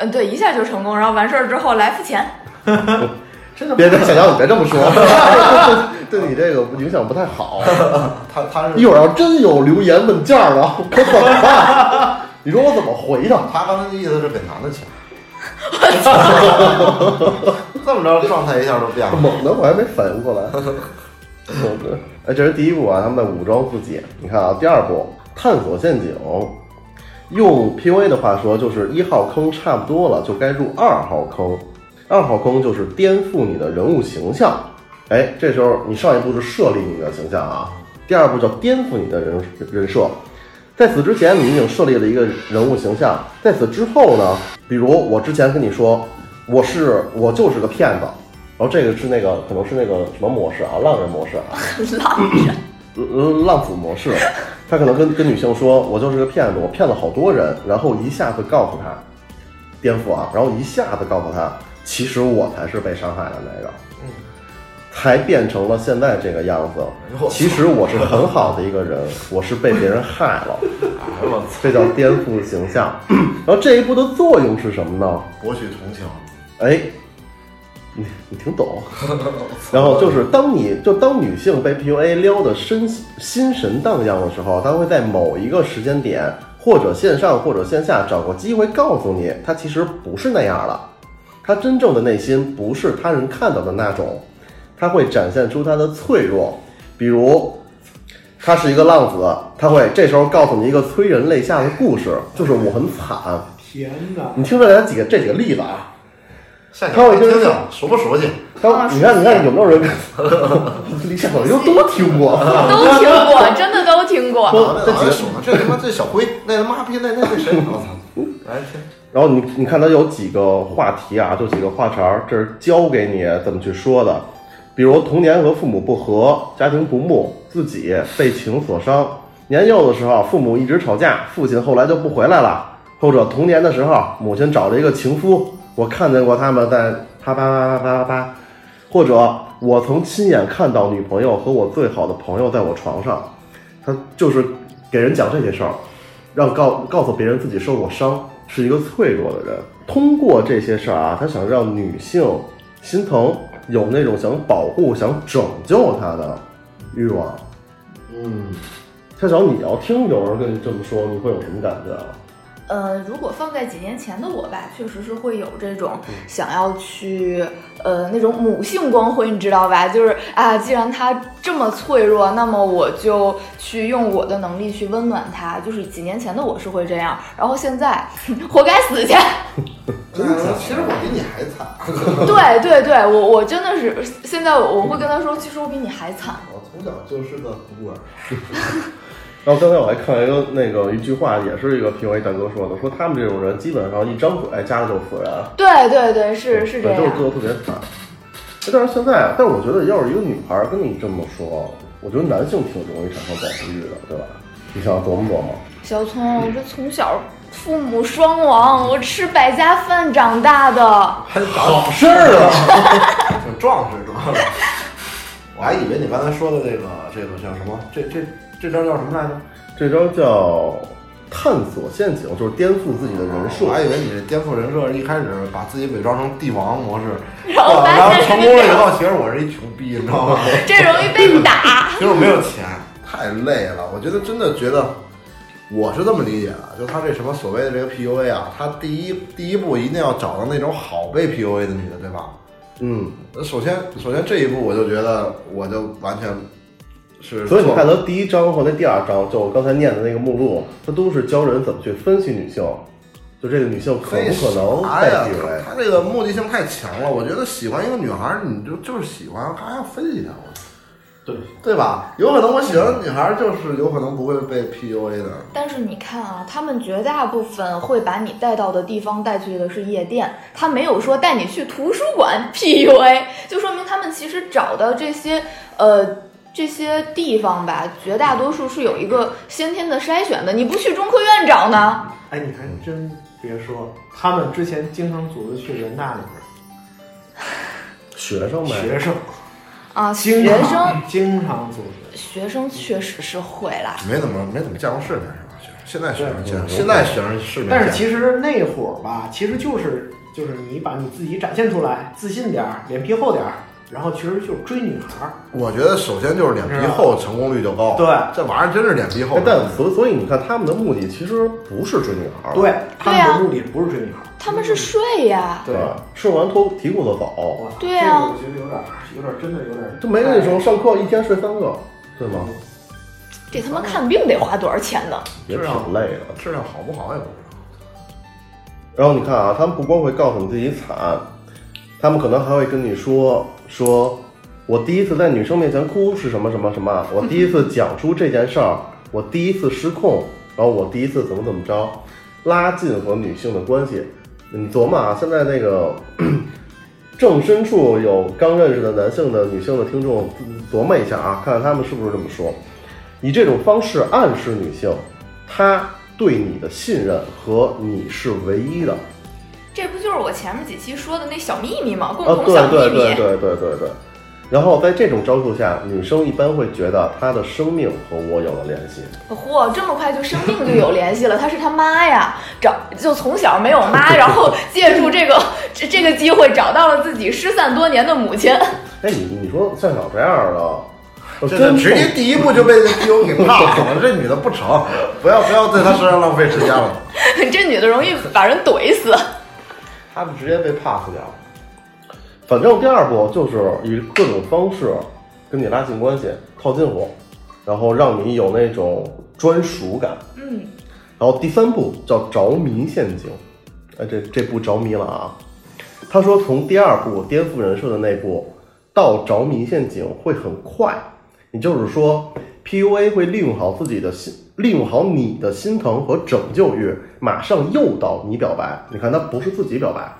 [SPEAKER 3] 嗯，对，一下就成功，然后完事儿之后来付钱。
[SPEAKER 2] 真的 不
[SPEAKER 1] 别别，
[SPEAKER 2] 可
[SPEAKER 1] 小
[SPEAKER 2] 能
[SPEAKER 1] 杨，你别这么说， 对你这个影响不太好。
[SPEAKER 4] 他他是
[SPEAKER 1] 一会儿要真有留言问价儿了，我怎么办？你说我怎么回他？
[SPEAKER 4] 他刚才的意思是给男的钱。这么着状态一下就变了。
[SPEAKER 1] 猛的我还没反应过来。猛的，哎，这是第一步啊，他们在武装自己。你看啊，第二步，探索陷阱。用 PUA 的话说，就是一号坑差不多了，就该入二号坑。二号坑就是颠覆你的人物形象。哎，这时候你上一步是设立你的形象啊，第二步叫颠覆你的人人设。在此之前，你已经设立了一个人物形象。在此之后呢，比如我之前跟你说，我是我就是个骗子，然后这个是那个可能是那个什么模式啊，浪人模式啊， 浪呃浪子模式， 他可能跟跟女性说，我就是个骗子，我骗了好多人，然后一下子告诉他，颠覆啊，然后一下子告诉他，其实我才是被伤害的那个，
[SPEAKER 2] 嗯，
[SPEAKER 1] 才变成了现在这个样子。
[SPEAKER 4] 哎我操
[SPEAKER 1] 其实我是很好的一个人，我是被别人害了。
[SPEAKER 4] 哎我操！
[SPEAKER 1] 这叫颠覆形象。然后这一步的作用是什么呢？
[SPEAKER 4] 博取同情。
[SPEAKER 1] 哎，你你挺懂。 然后就是当你就当女性被 PUA 撩得身心神荡漾的时候，她会在某一个时间点，或者线上或者线下找个机会告诉你，她其实不是那样的，她真正的内心不是他人看到的那种，她会展现出她的脆弱，比如。她是一个浪子，她会这时候告诉你一个催人泪下的故事，就是我很惨。
[SPEAKER 2] 天哪！
[SPEAKER 1] 你听出来几个这几个例子啊？
[SPEAKER 4] 下一
[SPEAKER 1] 他会
[SPEAKER 4] 个
[SPEAKER 1] 就
[SPEAKER 4] 听
[SPEAKER 1] 是
[SPEAKER 4] 听熟不熟悉？
[SPEAKER 1] 他，你看，你看有没有人？李夏老师都听过，
[SPEAKER 3] 都听过，真的都听过。
[SPEAKER 1] 说
[SPEAKER 4] 这
[SPEAKER 1] 这几
[SPEAKER 4] 几个
[SPEAKER 1] 个
[SPEAKER 4] 手呢？这他妈这小辉，那他妈逼那那那谁？我操！来听，
[SPEAKER 1] 然后你你看他有几个话题啊，就几个话茬儿，这是教给你怎么去说的，比如童年和父母不和，家庭不睦，自己被情所伤，年幼的时候父母一直吵架，父亲后来就不回来了，或者童年的时候母亲找了一个情夫，我看见过他们在啪啪啪啪啪啪啪，或者我曾亲眼看到女朋友和我最好的朋友在我床上，他就是给人讲这些事儿，让告告诉别人自己受过伤，是一个脆弱的人。通过这些事儿啊，他想让女性心疼，有那种想保护、想拯救她的欲望。
[SPEAKER 2] 嗯，
[SPEAKER 1] 夏小，你要听有人跟你这么说，你会有什么感觉啊？
[SPEAKER 3] 呃，如果放在几年前的我吧，确实是会有这种想要去呃那种母性光辉，你知道吧？就是啊，既然他这么脆弱，那么我就去用我的能力去温暖他。就是几年前的我是会这样，然后现在活该死去。
[SPEAKER 4] 哎其实我比你还惨。啊
[SPEAKER 3] 对对对，我我真的是现在我我会跟他说，其实我比你还惨。
[SPEAKER 4] 我从小就是个孤儿。
[SPEAKER 1] 然后刚才我还看了一个那个一句话，也是一个评委大哥说的，说他们这种人基本上一张嘴家里就死人，
[SPEAKER 3] 对对对，是是这
[SPEAKER 1] 对
[SPEAKER 3] 样
[SPEAKER 1] 就是。做的特别惨。但是现在啊，但是我觉得要是一个女孩儿跟你这么说，我觉得男性挺容易产生保护欲的，对吧？你想琢磨琢磨。
[SPEAKER 3] 小聪，我这从小父母双亡，我吃百家饭长大的。
[SPEAKER 4] 还
[SPEAKER 1] 好事儿啊！
[SPEAKER 4] 挺壮实，壮实。我还以为你刚才说的这个这个叫什么？这这这招叫什么来着？
[SPEAKER 1] 这招叫探索陷阱，就是颠覆自己的人设
[SPEAKER 4] 我。还以为你是颠覆人设，一开始把自己伪装成帝王模式，
[SPEAKER 3] 然后
[SPEAKER 4] 然
[SPEAKER 3] 发
[SPEAKER 4] 后
[SPEAKER 3] 现
[SPEAKER 4] 成功了以后，其实我是一穷逼，你知道吗？
[SPEAKER 1] 啊
[SPEAKER 3] 这容易被打。
[SPEAKER 4] 其实我没有钱，太累了。我觉得真的觉得，我是这么理解的，就他这什么所谓的这个 PUA 啊，他第一第一步一定要找到那种好被 PUA 的女的，对吧？
[SPEAKER 1] 嗯，
[SPEAKER 4] 呃首先，首先这一步我就觉得，我就完全是
[SPEAKER 1] 所以你
[SPEAKER 4] 做
[SPEAKER 1] 看他第一章和那第二章，就我刚才念的那个目录，它都是教人怎么去分析女性，就这个女性可
[SPEAKER 4] 非
[SPEAKER 1] 不可能
[SPEAKER 4] 啥
[SPEAKER 1] 被
[SPEAKER 4] 呀
[SPEAKER 1] 地位？
[SPEAKER 4] 他这个目的性太强了。我觉得喜欢一个女孩儿，你就就是喜欢，还要分析她，我操
[SPEAKER 2] 对，
[SPEAKER 4] 对吧？有可能我喜欢的女孩儿就是有可能不会被 PUA 的。
[SPEAKER 3] 但是你看啊，他们绝大部分会把你带到的地方带去的是夜店，他没有说带你去图书馆 PUA，就说明他们其实找的这些呃这些地方吧，绝大多数是有一个先天的筛选的。你不去中科院找呢？
[SPEAKER 2] 哎，你还真别说，他们之前经常组织去人大里边
[SPEAKER 1] 学生
[SPEAKER 2] 儿，
[SPEAKER 1] 呗，
[SPEAKER 2] 学生
[SPEAKER 3] 啊，
[SPEAKER 2] 经
[SPEAKER 3] 学生
[SPEAKER 2] 常经常组织，
[SPEAKER 3] 学生确实是会啦，
[SPEAKER 4] 没怎么没怎么见过世面是吧？现在学生见，
[SPEAKER 1] 对
[SPEAKER 4] 现在学生世面见。
[SPEAKER 2] 但是其实那会儿吧，其实就是就是你把你自己展现出来，自信点儿，脸皮厚点儿，然后其实就是追女孩儿。
[SPEAKER 4] 我觉得首先就是脸皮厚，成功率就高。
[SPEAKER 2] 啊对
[SPEAKER 4] 这玩意儿真是脸皮厚
[SPEAKER 1] 哎。但所所以你看他们的目的其实不是追女孩儿，
[SPEAKER 2] 对，他们
[SPEAKER 3] 对啊
[SPEAKER 2] 的目的不是追女孩儿，
[SPEAKER 3] 他们
[SPEAKER 4] 嗯
[SPEAKER 3] 是睡呀。
[SPEAKER 1] 对吧，吃完脱提裤子走，
[SPEAKER 2] 哇
[SPEAKER 3] 对啊
[SPEAKER 2] 这个我觉得有点儿有点儿真的有点儿
[SPEAKER 1] 就没那种上课一天睡三个，对吗？
[SPEAKER 3] 给他们看病得花多少钱呢？
[SPEAKER 1] 也
[SPEAKER 4] 嗯是啊
[SPEAKER 1] 挺累的。
[SPEAKER 4] 质量好不好也不知道。
[SPEAKER 1] 然后你看啊，他们不光会告诉你自己惨，他们可能还会跟你说说，我第一次在女生面前哭是什么什么什 么，我第一次讲出这件事儿，我第一次失控，然后我第一次怎么怎么着，拉近和女性的关系。你琢磨啊，现在那个 正身处有刚认识的男性的、女性的听众，琢磨一下啊，看看他们是不是这么说，以这种方式暗示女性，她对你的信任和你是唯一的。
[SPEAKER 3] 这不就是我前面几期说的那小秘密吗？共
[SPEAKER 1] 啊，
[SPEAKER 3] 同
[SPEAKER 1] 对
[SPEAKER 3] 小秘密。
[SPEAKER 1] 对对对对对对。然后在这种招数下，女生一般会觉得她的生命和我有了联系。
[SPEAKER 3] 嚯，这么快就生病就有联系了？她是他妈呀，找就从小没有 妈，然后借助这个这这个机会找到了自己失散多年的母亲。
[SPEAKER 1] 哎，你你说像小这样的，我
[SPEAKER 4] 哦真的
[SPEAKER 1] 真
[SPEAKER 4] 直接第一步就被这 PU 给骂了，这女的不 成，不要不要在她身上浪费时间 了。
[SPEAKER 3] 这女的容易把人怼死。
[SPEAKER 4] 他们直接被 pass 掉了。
[SPEAKER 1] 反正第二步就是以各种方式跟你拉近关系、套近乎，然后让你有那种专属感。
[SPEAKER 3] 嗯，
[SPEAKER 1] 然后第三步叫着迷陷阱，哎，这这步着迷了啊。他说从第二步颠覆人设的那步到着迷陷阱会很快，也就是说，PUA 会利用好自己的心，利用好你的心疼和拯救欲，马上诱导你表白。你看，他不是自己表白，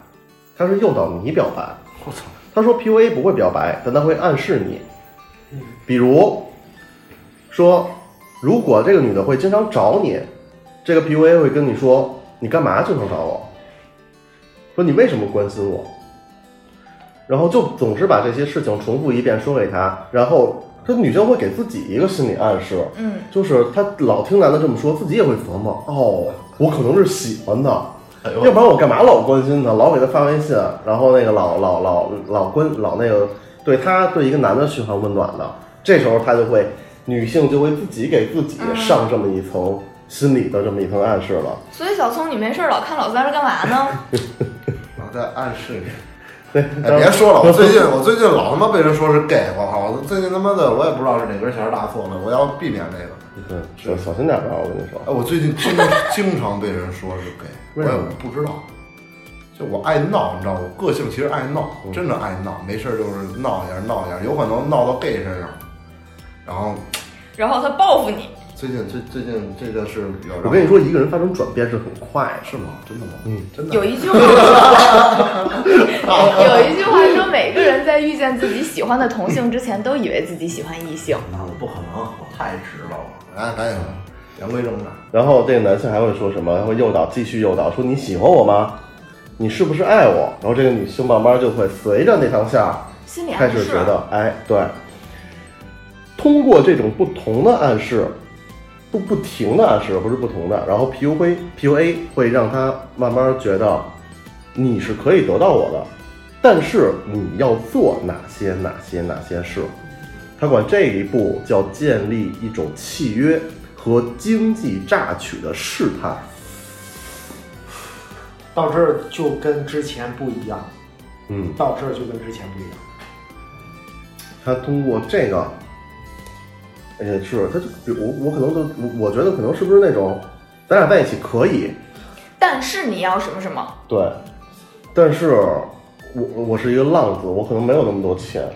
[SPEAKER 1] 他是诱导你表白。
[SPEAKER 4] 我操！
[SPEAKER 1] 他说 PUA 不会表白，但他会暗示你，比如说，如果这个女的会经常找你，这个 PUA 会跟你说，你干嘛经常找我？说你为什么关心我？然后就总是把这些事情重复一遍说给她，然后这女生会给自己一个心理暗示，
[SPEAKER 3] 嗯，
[SPEAKER 1] 就是她老听男的这么说，自己也会琢磨，哦，我可能是喜欢他。
[SPEAKER 4] 哎
[SPEAKER 1] 要不然我干嘛老关心他，老给他发微信，然后那个老老老老关老那个对他对一个男的嘘寒问暖的，这时候他就会女性就会自己给自己上这么一层心理的这么一层暗示了。
[SPEAKER 3] 所以小聪，你没事儿老看老三是干嘛呢？
[SPEAKER 4] 我在暗示你。
[SPEAKER 1] 对，
[SPEAKER 4] 哎，别说了，我最近我最近老他妈被人说是 gay，我靠！我最近他妈的我也不知道是哪根弦搭错了，我要避免这个。
[SPEAKER 1] 对，小嗯小心点吧，我跟你说。
[SPEAKER 4] 哎，我最近 经经常被人说是 gay，我
[SPEAKER 1] 为什么
[SPEAKER 4] 也不知道。就我爱闹，你知道，我个性其实爱闹，真的爱闹，没事儿就是闹一下闹一下，有可能闹到 gay 身上。然后
[SPEAKER 3] 然后他报复你，
[SPEAKER 4] 最近最最近这个是比较让
[SPEAKER 1] 我跟你说，一个人发生转变是很快的。
[SPEAKER 4] 是吗？真的吗？嗯，真的。
[SPEAKER 3] 有一句话 说，有一句话说，每个人在遇见自己喜欢的同性之前，都以为自己喜欢异性。
[SPEAKER 4] 哎
[SPEAKER 2] 那我不可能，我太直了。
[SPEAKER 4] 来，赶紧嗯言归正传。
[SPEAKER 1] 然后这个男性还会说什么？还会诱导，继续诱导，说你喜欢我吗？你是不是爱我？然后这个女性慢慢就会随着那条线儿
[SPEAKER 3] 心理
[SPEAKER 1] 开
[SPEAKER 3] 暗
[SPEAKER 1] 始
[SPEAKER 3] 示
[SPEAKER 1] 觉得，哎，对。通过这种不同的暗示，不不停的暗示，不是不同的，然后 PUA PUA 会让他慢慢觉得你是可以得到我的，但是你要做哪些哪些哪些事。他管这一步叫建立一种契约和经济榨取的试探。
[SPEAKER 2] 到这儿就跟之前不一样，
[SPEAKER 1] 嗯，
[SPEAKER 2] 到这儿就跟之前不一样。
[SPEAKER 1] 他通过这个，也是他就比如我我可能都我我觉得可能是不是那种，咱俩在一起可以，
[SPEAKER 3] 但是你要什么什么，
[SPEAKER 1] 对，但是我我是一个浪子，我可能没有那么多钱，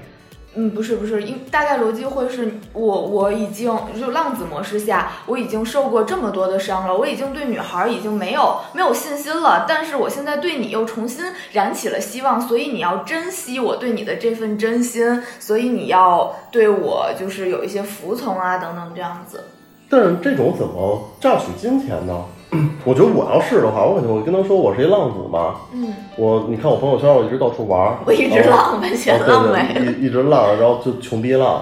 [SPEAKER 3] 嗯，不是不是，应大概逻辑会是我我已经就浪子模式下，我已经受过这么多的伤了，我已经对女孩已经没有没有信心了，但是我现在对你又重新燃起了希望，所以你要珍惜我对你的这份真心，所以你要对我就是有一些服从啊等等这样子。
[SPEAKER 1] 但是这种怎么榨取金钱呢？ 我觉得我要是的话，我肯定会跟他说我是一浪子嘛，
[SPEAKER 3] 嗯，
[SPEAKER 1] 我你看我朋友圈，我一直到处玩儿，
[SPEAKER 3] 我一直
[SPEAKER 1] 然后
[SPEAKER 3] 浪呗，
[SPEAKER 1] 哦
[SPEAKER 3] 先浪
[SPEAKER 1] 对对
[SPEAKER 3] 呗。
[SPEAKER 1] 一一直浪，然后就穷逼浪，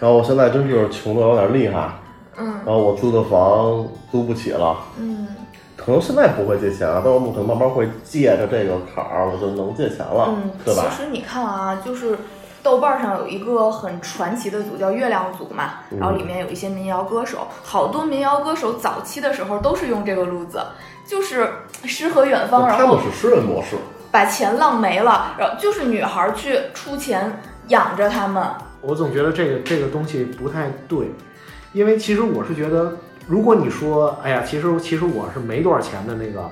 [SPEAKER 1] 然后我现在真是穷的有点厉害，
[SPEAKER 3] 嗯
[SPEAKER 1] 然后我租的房租不起了，
[SPEAKER 3] 嗯
[SPEAKER 1] 可能现在不会借钱啊，但我可能慢慢会借着这个坎儿，我就能借钱
[SPEAKER 2] 啊
[SPEAKER 1] 了，
[SPEAKER 3] 嗯，
[SPEAKER 1] 对吧？
[SPEAKER 3] 其实你看啊，就是豆瓣上有一个很传奇的组叫月亮组嘛，然
[SPEAKER 2] 嗯
[SPEAKER 3] 后里面有一些民谣歌手，好多民谣歌手早期的时候都是用这个路子，就是诗和远
[SPEAKER 2] 哦
[SPEAKER 3] 方，
[SPEAKER 1] 那
[SPEAKER 3] 然
[SPEAKER 1] 他
[SPEAKER 3] 后
[SPEAKER 1] 们是诗人模式，
[SPEAKER 3] 把钱浪没了，然后就是女孩去出钱养着他们。
[SPEAKER 2] 我总觉得这个这个东西不太对，因为其实我是觉得，如果你说，哎呀，其实其实我是没多少钱的那个，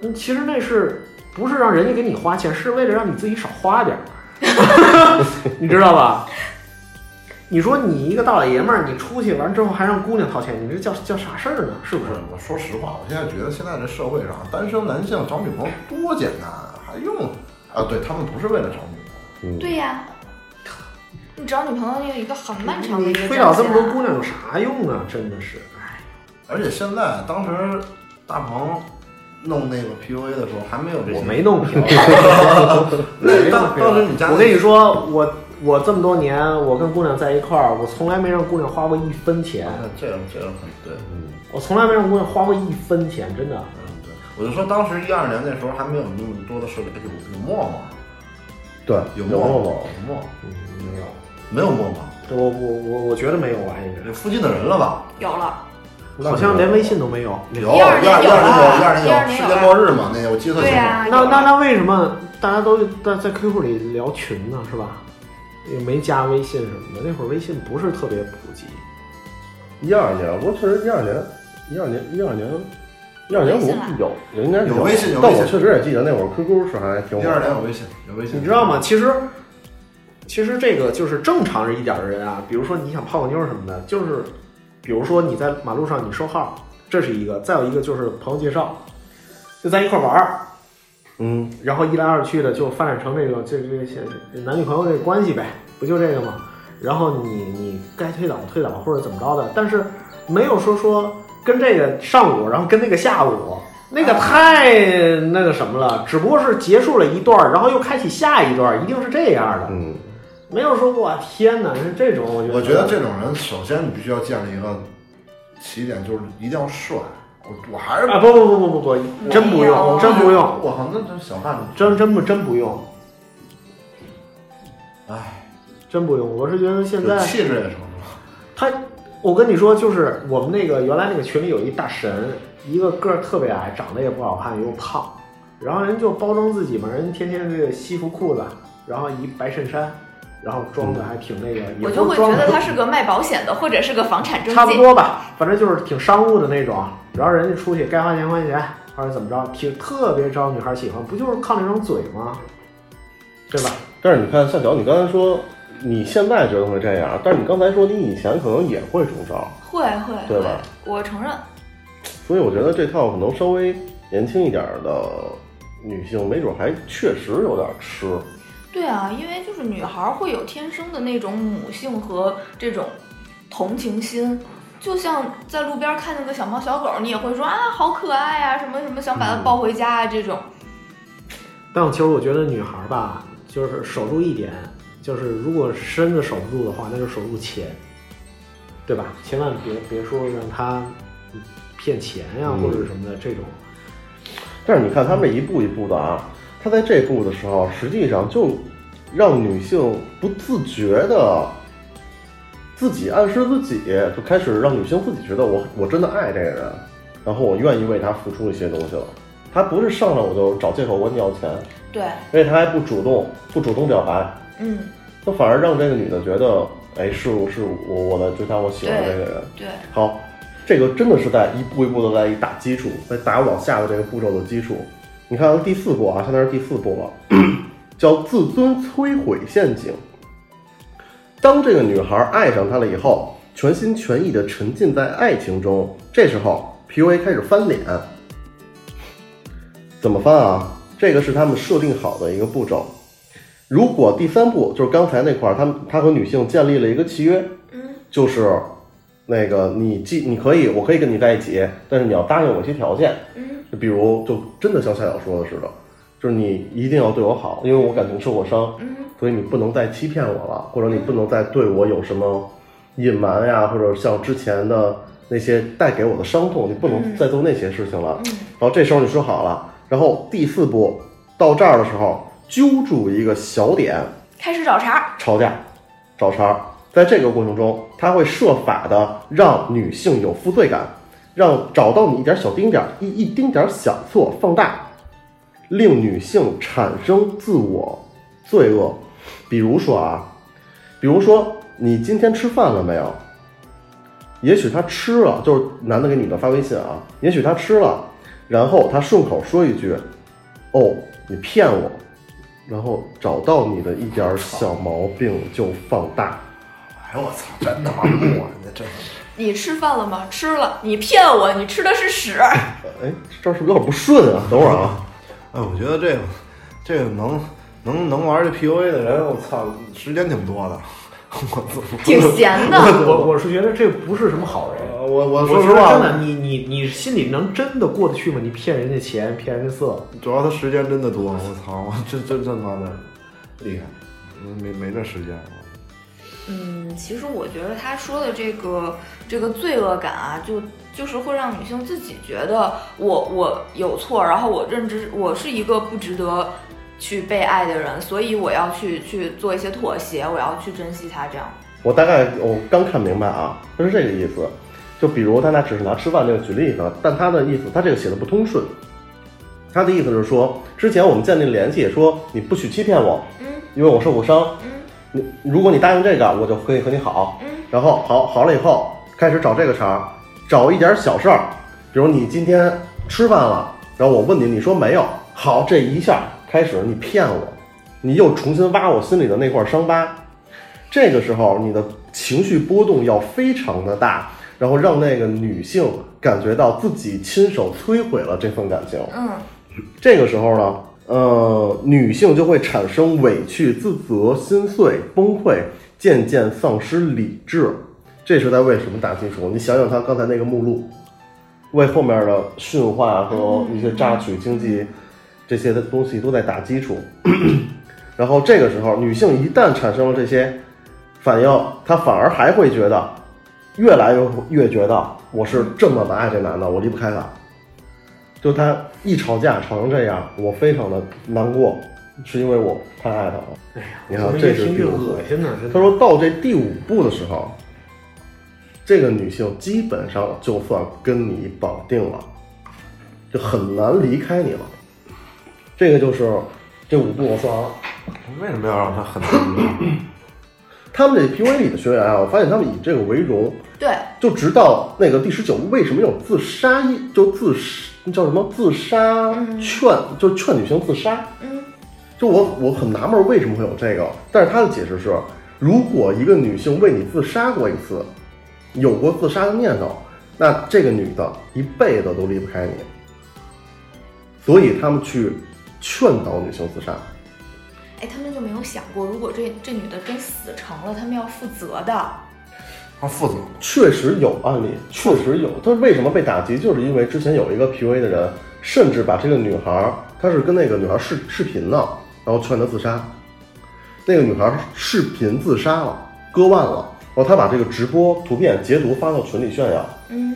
[SPEAKER 2] 嗯，其实那是不是让人家给你花钱，是为了让你自己少花点 儿，你知道吧？你说你一个大老爷们儿，你出去完之后还让姑娘掏钱，你这叫叫啥事儿呢？是不
[SPEAKER 4] 不
[SPEAKER 2] 是
[SPEAKER 4] 是？，我说实话，我现在觉得现在这社会上单身男性找女朋友多简单啊，还用啊？对他们不是为了找女朋友，
[SPEAKER 1] 嗯，
[SPEAKER 3] 对呀、你找女朋友那个一个很漫长的一个
[SPEAKER 2] 推倒这么多
[SPEAKER 3] 战线啊
[SPEAKER 2] 姑娘有啥用啊？真的是，哎，
[SPEAKER 4] 而且现在当时大鹏弄那个 PUA 的时候还没有这些，
[SPEAKER 2] 我没弄 平。
[SPEAKER 4] 那当当时你家
[SPEAKER 2] 我跟你说，我我这么多年，我跟姑娘在一块儿，我从来没让姑娘花过一分钱，
[SPEAKER 4] 这个这个很对，
[SPEAKER 1] 嗯，
[SPEAKER 2] 我从来没让姑娘花过一分钱，真的。
[SPEAKER 4] 嗯对，我就说当时一二年那时候还没有那么多的设备，哎有有陌陌，
[SPEAKER 1] 对，有
[SPEAKER 4] 有
[SPEAKER 1] 过
[SPEAKER 4] 陌
[SPEAKER 1] 吗？
[SPEAKER 4] 有陌，
[SPEAKER 2] 嗯没有，
[SPEAKER 4] 没有陌陌，
[SPEAKER 2] 我我我我觉得没有吧，应
[SPEAKER 4] 有附近的人了吧？
[SPEAKER 3] 有了，
[SPEAKER 2] 该好像连微信都没有。
[SPEAKER 4] 有，
[SPEAKER 3] 一二
[SPEAKER 4] 一
[SPEAKER 3] 年
[SPEAKER 4] 二
[SPEAKER 3] 有啊
[SPEAKER 4] 一二
[SPEAKER 3] 一
[SPEAKER 4] 年
[SPEAKER 3] 二
[SPEAKER 4] 有
[SPEAKER 3] 年有
[SPEAKER 4] 世界
[SPEAKER 3] 啊
[SPEAKER 4] 末日嘛，那个我记得特
[SPEAKER 3] 对啊
[SPEAKER 4] 清楚。
[SPEAKER 3] 呀、
[SPEAKER 2] 那那那为什么大家都在在 QQ 里聊群呢？是吧？也没加微信什么的，那会儿微信不是特别普及。
[SPEAKER 1] 一二年，我确实一二年，一二年，一二年，一二年
[SPEAKER 3] 有微信了
[SPEAKER 1] 我有，应该是
[SPEAKER 4] 有微信有
[SPEAKER 1] 但
[SPEAKER 4] 微
[SPEAKER 1] 我
[SPEAKER 4] 信
[SPEAKER 1] 确实也记得那会儿 QQ 是还挺
[SPEAKER 4] 一
[SPEAKER 1] 火
[SPEAKER 4] 二
[SPEAKER 1] 的，
[SPEAKER 4] 年有微信，有微信，
[SPEAKER 2] 你知道吗？？其实，其实这个就是正常人一点的人啊，比如说你想泡个妞什么的，就是，比如说你在马路上你收号，这是一个；再有一个就是朋友介绍，就在一块玩儿，
[SPEAKER 1] 嗯，
[SPEAKER 2] 然后一来二去的就发展成这个这这这这男女朋友这个关系呗，不就这个吗？然后你你该推倒推倒或者怎么着的，但是没有说说跟这个上午，然后跟那个下午。那个太那个什么了，只不过是结束了一段儿，然后又开启下一段儿，一定是这样的。
[SPEAKER 1] 嗯，
[SPEAKER 2] 没有说我天哪，是这种，我觉得。
[SPEAKER 4] 我觉得这种人，首先你必须要建立一个起点，就是一定要帅。我我还是
[SPEAKER 2] 啊，不不不不不不，真不用，真不用，
[SPEAKER 4] 我靠，那这小范
[SPEAKER 2] 真真不真不用，
[SPEAKER 4] 哎，
[SPEAKER 2] 真不用。我是觉得现
[SPEAKER 4] 就
[SPEAKER 2] 在
[SPEAKER 4] 气质也成熟。
[SPEAKER 2] 他，我跟你说，就是我们那个原来那个群里有一大神，一个个儿特别矮，长得也不好看，又胖，然后人就包装自己嘛，人天天那个西服裤子，然后一白衬衫，然后装的还挺那个，也
[SPEAKER 3] 我
[SPEAKER 2] 不
[SPEAKER 3] 就是会觉
[SPEAKER 2] 装得
[SPEAKER 3] 得他是个卖保险的，或者是个房产中
[SPEAKER 2] 差不
[SPEAKER 3] 介。
[SPEAKER 2] 多吧，反正就是挺商务的那种。然后人家出去该花钱花钱，或者怎么着，挺特别招女孩喜欢，不就是靠那张嘴吗？对吧？
[SPEAKER 1] 但是你看夏小，你刚才说你现在觉得会这样，但是你刚才说你以前可能也会中招，
[SPEAKER 3] 会会
[SPEAKER 1] 对
[SPEAKER 3] 会
[SPEAKER 1] 吧，
[SPEAKER 3] 我承认。
[SPEAKER 1] 所以我觉得这套可能稍微年轻一点儿的女性，没准还确实有点吃，
[SPEAKER 3] 对啊，因为就是女孩儿会有天生的那种母性和这种同情心，就像在路边看见个小猫小狗，你也会说啊好可爱呀、什么什么想把它抱回家啊这种。
[SPEAKER 2] 但我其实我觉得女孩儿吧，就是守住一点，就是如果身子守不住的话，那就守住钱，对吧？千万别别说让她骗钱呀、
[SPEAKER 1] 嗯
[SPEAKER 2] 或者什么的这 种。
[SPEAKER 1] 但是你看他们这一步一步的啊，他在这步的时候，实际上就让女性不自觉的自己暗示自己，就开始让女性自己觉得我我真的爱这个人，然后我愿意为他付出一些东西了。他不是上来我就找借口管你要钱，
[SPEAKER 3] 对，
[SPEAKER 1] 而且他还不主动不主动表白，
[SPEAKER 3] 嗯，
[SPEAKER 1] 那反而让这个女的觉得，哎，是我是我我在追他，我喜欢这个人。
[SPEAKER 3] 对，
[SPEAKER 1] 好，这个真的是在一步一步的在打基础，在打往下的这个步骤的基础。你看第四步啊，现在是第四步了，叫自尊摧毁陷阱。当这个女孩爱上他了以后，全心全意的沉浸在爱情中，这时候 PUA 开始翻脸。怎么翻啊？这个是他们设定好的一个步骤。如果第三步就是刚才那块儿，他们他和女性建立了一个契约，
[SPEAKER 3] 嗯，
[SPEAKER 1] 就是那个你既你可以，我可以跟你在一起，但是你要答应我一些条件，
[SPEAKER 3] 嗯，
[SPEAKER 1] 就比如就真的像夏小说的似的，就是你一定要对我好，因为我感情受过伤，
[SPEAKER 3] 嗯，
[SPEAKER 1] 所以你不能再欺骗我了，或者你不能再对我有什么隐瞒呀，或者像之前的那些带给我的伤痛，你不能再做那些事情了。
[SPEAKER 3] 嗯
[SPEAKER 1] 然后这时候你说好了，然后第四步到这儿的时候，揪住一个小点，
[SPEAKER 3] 开始找茬儿。
[SPEAKER 1] 吵架、找茬儿。在这个过程中，他会设法的让女性有负罪感，让找到你一点小丁点儿、一一丁点儿小错放大，令女性产生自我罪恶。比如说啊，比如说你今天吃饭了没有？也许他吃了，就是男的给女的发微信啊，也许他吃了，然后他顺口说一句：“哦，你骗我。”然后找到你的一点儿小毛病就放大。
[SPEAKER 4] 哎我操，真他妈木啊！你这真是
[SPEAKER 3] 你吃饭了吗？吃了。你骗我，你吃的是屎。
[SPEAKER 1] 哎，这儿是不是有点不顺啊？等会儿啊，
[SPEAKER 4] 哎，我觉得这个这个能能能玩这 PUA 的人，我操，时间挺多的。 我我
[SPEAKER 3] 挺闲的
[SPEAKER 4] 我
[SPEAKER 2] 我我是觉得这不是什么好人。
[SPEAKER 4] 我我我
[SPEAKER 2] 我
[SPEAKER 4] 说
[SPEAKER 2] 觉
[SPEAKER 4] 实
[SPEAKER 2] 得
[SPEAKER 4] 话
[SPEAKER 2] 真，的，你你你心里能真的过得去吗？你骗人家钱，骗人家色，
[SPEAKER 4] 主要他时间真的多，我操，我这这这妈的厉害，没没这时间。啊
[SPEAKER 3] 嗯，其实我觉得他说的这个这个罪恶感啊，就就是会让女性自己觉得我我有错，然后我认知我是一个不值得去被爱的人，所以我要去去做一些妥协，我要去珍惜他这样。
[SPEAKER 1] 我大概我刚看明白啊，他是这个意思。就比如他俩只是拿吃饭这个举例子，但他的意思，他这个写的不通顺。他的意思是说，之前我们建立联系，说你不许欺骗我，
[SPEAKER 3] 嗯
[SPEAKER 1] 因为我受过伤。
[SPEAKER 3] 嗯
[SPEAKER 1] 你如果你答应这个，我就可以和你好。
[SPEAKER 3] 嗯
[SPEAKER 1] 然后好好了以后，开始找这个茬儿，找一点小事儿，比如你今天吃饭了，然后我问你，你说没有，好，这一下开始你骗我，你又重新挖我心里的那块伤疤，这个时候你的情绪波动要非常的大，然后让那个女性感觉到自己亲手摧毁了这份感情。
[SPEAKER 3] 嗯，
[SPEAKER 1] 这个时候呢，呃，女性就会产生委屈、自责、心碎、崩溃，渐渐丧失理智。这是在为什么打基础？你想想他刚才那个目录，为后面的驯化和一些榨取经济这些的东西都在打基础。 然后这个时候，女性一旦产生了这些反应，她反而还会觉得，越来越越觉得我是
[SPEAKER 2] 嗯
[SPEAKER 1] 这么的爱这男的，我离不开他。就他一吵架吵成这样，我非常的难过，是因为我太爱他了。你看
[SPEAKER 2] 哎我，
[SPEAKER 1] 哎这
[SPEAKER 2] 越
[SPEAKER 1] 是
[SPEAKER 2] 听
[SPEAKER 1] 第
[SPEAKER 2] 越
[SPEAKER 1] 五步
[SPEAKER 2] 恶。心呢。真的
[SPEAKER 1] 他说到这第五步的时候，这个女性基本上就算跟你绑定了，就很难离开你了。这个就是这五步我说完了。
[SPEAKER 4] 为什么要让他很难？
[SPEAKER 1] 他们这 PUA 里的学员啊，我发现他们以这个为荣，
[SPEAKER 3] 对，
[SPEAKER 1] 就直到那个第十九为什么有自杀意，就自杀叫什么自杀劝，就劝女性自杀。
[SPEAKER 3] 嗯
[SPEAKER 1] 就我我很纳闷为什么会有这个，但是他的解释是，如果一个女性为你自杀过一次，有过自杀的念头，那这个女的一辈子都离不开你。所以他们去劝导女性自杀，
[SPEAKER 3] 哎，他们就没有想过，如果这这女的真死成了，他们要负责的。
[SPEAKER 4] 他负责。
[SPEAKER 1] 确实有案例，确实有。他为什么被打击，就是因为之前有一个 PUA 的人，甚至把这个女孩儿，他是跟那个女孩儿视视频呢，然后劝她自杀。那个女孩儿视频自杀了，割腕了，然后他把这个直播图片截图发到群里炫耀，
[SPEAKER 3] 嗯，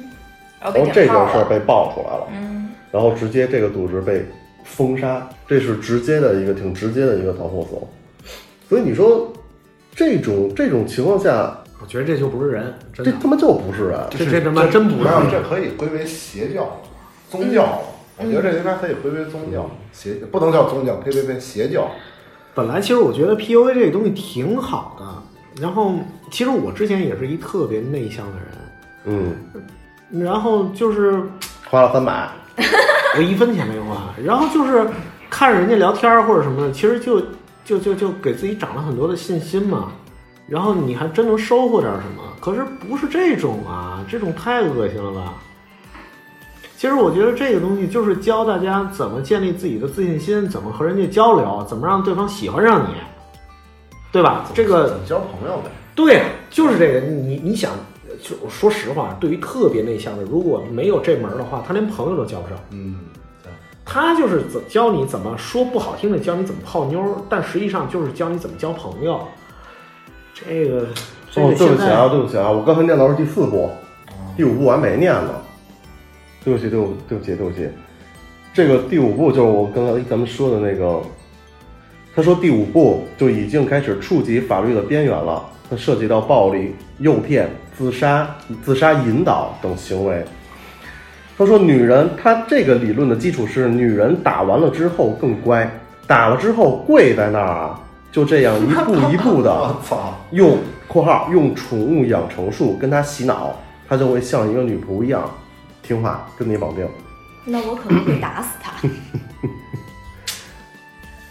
[SPEAKER 3] 然后
[SPEAKER 1] 然
[SPEAKER 3] 被
[SPEAKER 1] 后这
[SPEAKER 3] 点
[SPEAKER 1] 件
[SPEAKER 3] 炮
[SPEAKER 1] 事儿
[SPEAKER 3] 了，
[SPEAKER 1] 被爆出来了，
[SPEAKER 3] 嗯，
[SPEAKER 1] 然后直接这个组织被封杀，这是直接的一个挺直接的一个导火索。所以你说这种这种情况下，
[SPEAKER 2] 我觉得这就不是人，真
[SPEAKER 1] 这
[SPEAKER 2] 的，
[SPEAKER 1] 他妈就不是啊人。
[SPEAKER 2] 这这他妈真不
[SPEAKER 4] 没
[SPEAKER 2] 是
[SPEAKER 4] 有，
[SPEAKER 2] 人。
[SPEAKER 4] 这可以归为邪教、宗教了。我觉得这应该可以归为宗
[SPEAKER 2] 嗯
[SPEAKER 4] 教，邪不能叫宗教，呸呸呸，邪教。
[SPEAKER 2] 本来其实我觉得 PUA 这个东西挺好的，然后其实我之前也是一特别内向的人，
[SPEAKER 1] 嗯，
[SPEAKER 2] 然后就是
[SPEAKER 1] 花了三百，
[SPEAKER 2] 我一分钱没花，然后就是看着人家聊天儿或者什么的，其实就就就就给自己涨了很多的信心嘛。然后你还真能收获点什么，可是不是这种啊，这种太恶心了吧？其实我觉得这个东西就是教大家怎么建立自己的自信心，怎么和人家交流，怎么让对方喜欢上你，对吧？这个
[SPEAKER 4] 你交朋友呗，
[SPEAKER 2] 对，啊就是这个。你你想，就说实话，对于特别内向的，如果没有这门儿的话，他连朋友都交不上。
[SPEAKER 4] 嗯，
[SPEAKER 2] 他就是怎教你怎么说不好听的，教你怎么泡妞儿，但实际上就是教你怎么交朋友。这个，这
[SPEAKER 1] 哦
[SPEAKER 2] 个，
[SPEAKER 1] 对不
[SPEAKER 2] 现
[SPEAKER 1] 起
[SPEAKER 2] 在、
[SPEAKER 1] 啊，对不起啊，我刚才念到是第四部，第五部我还没念呢。对不起，对不对不起，对不起。这个第五部就是我刚才咱们说的那个，他说第五部就已经开始触及法律的边缘了，它涉及到暴力、诱骗、自杀、自杀引导等行为。他说女人，他这个理论的基础是女人打完了之后更乖，打了之后跪在那儿啊，就这样一步一步 的。
[SPEAKER 4] 我操，
[SPEAKER 1] 用（括号）用宠物养成术跟他洗脑，他就会像一个女仆一样听话，跟你绑定。
[SPEAKER 3] 那我可能会打死他。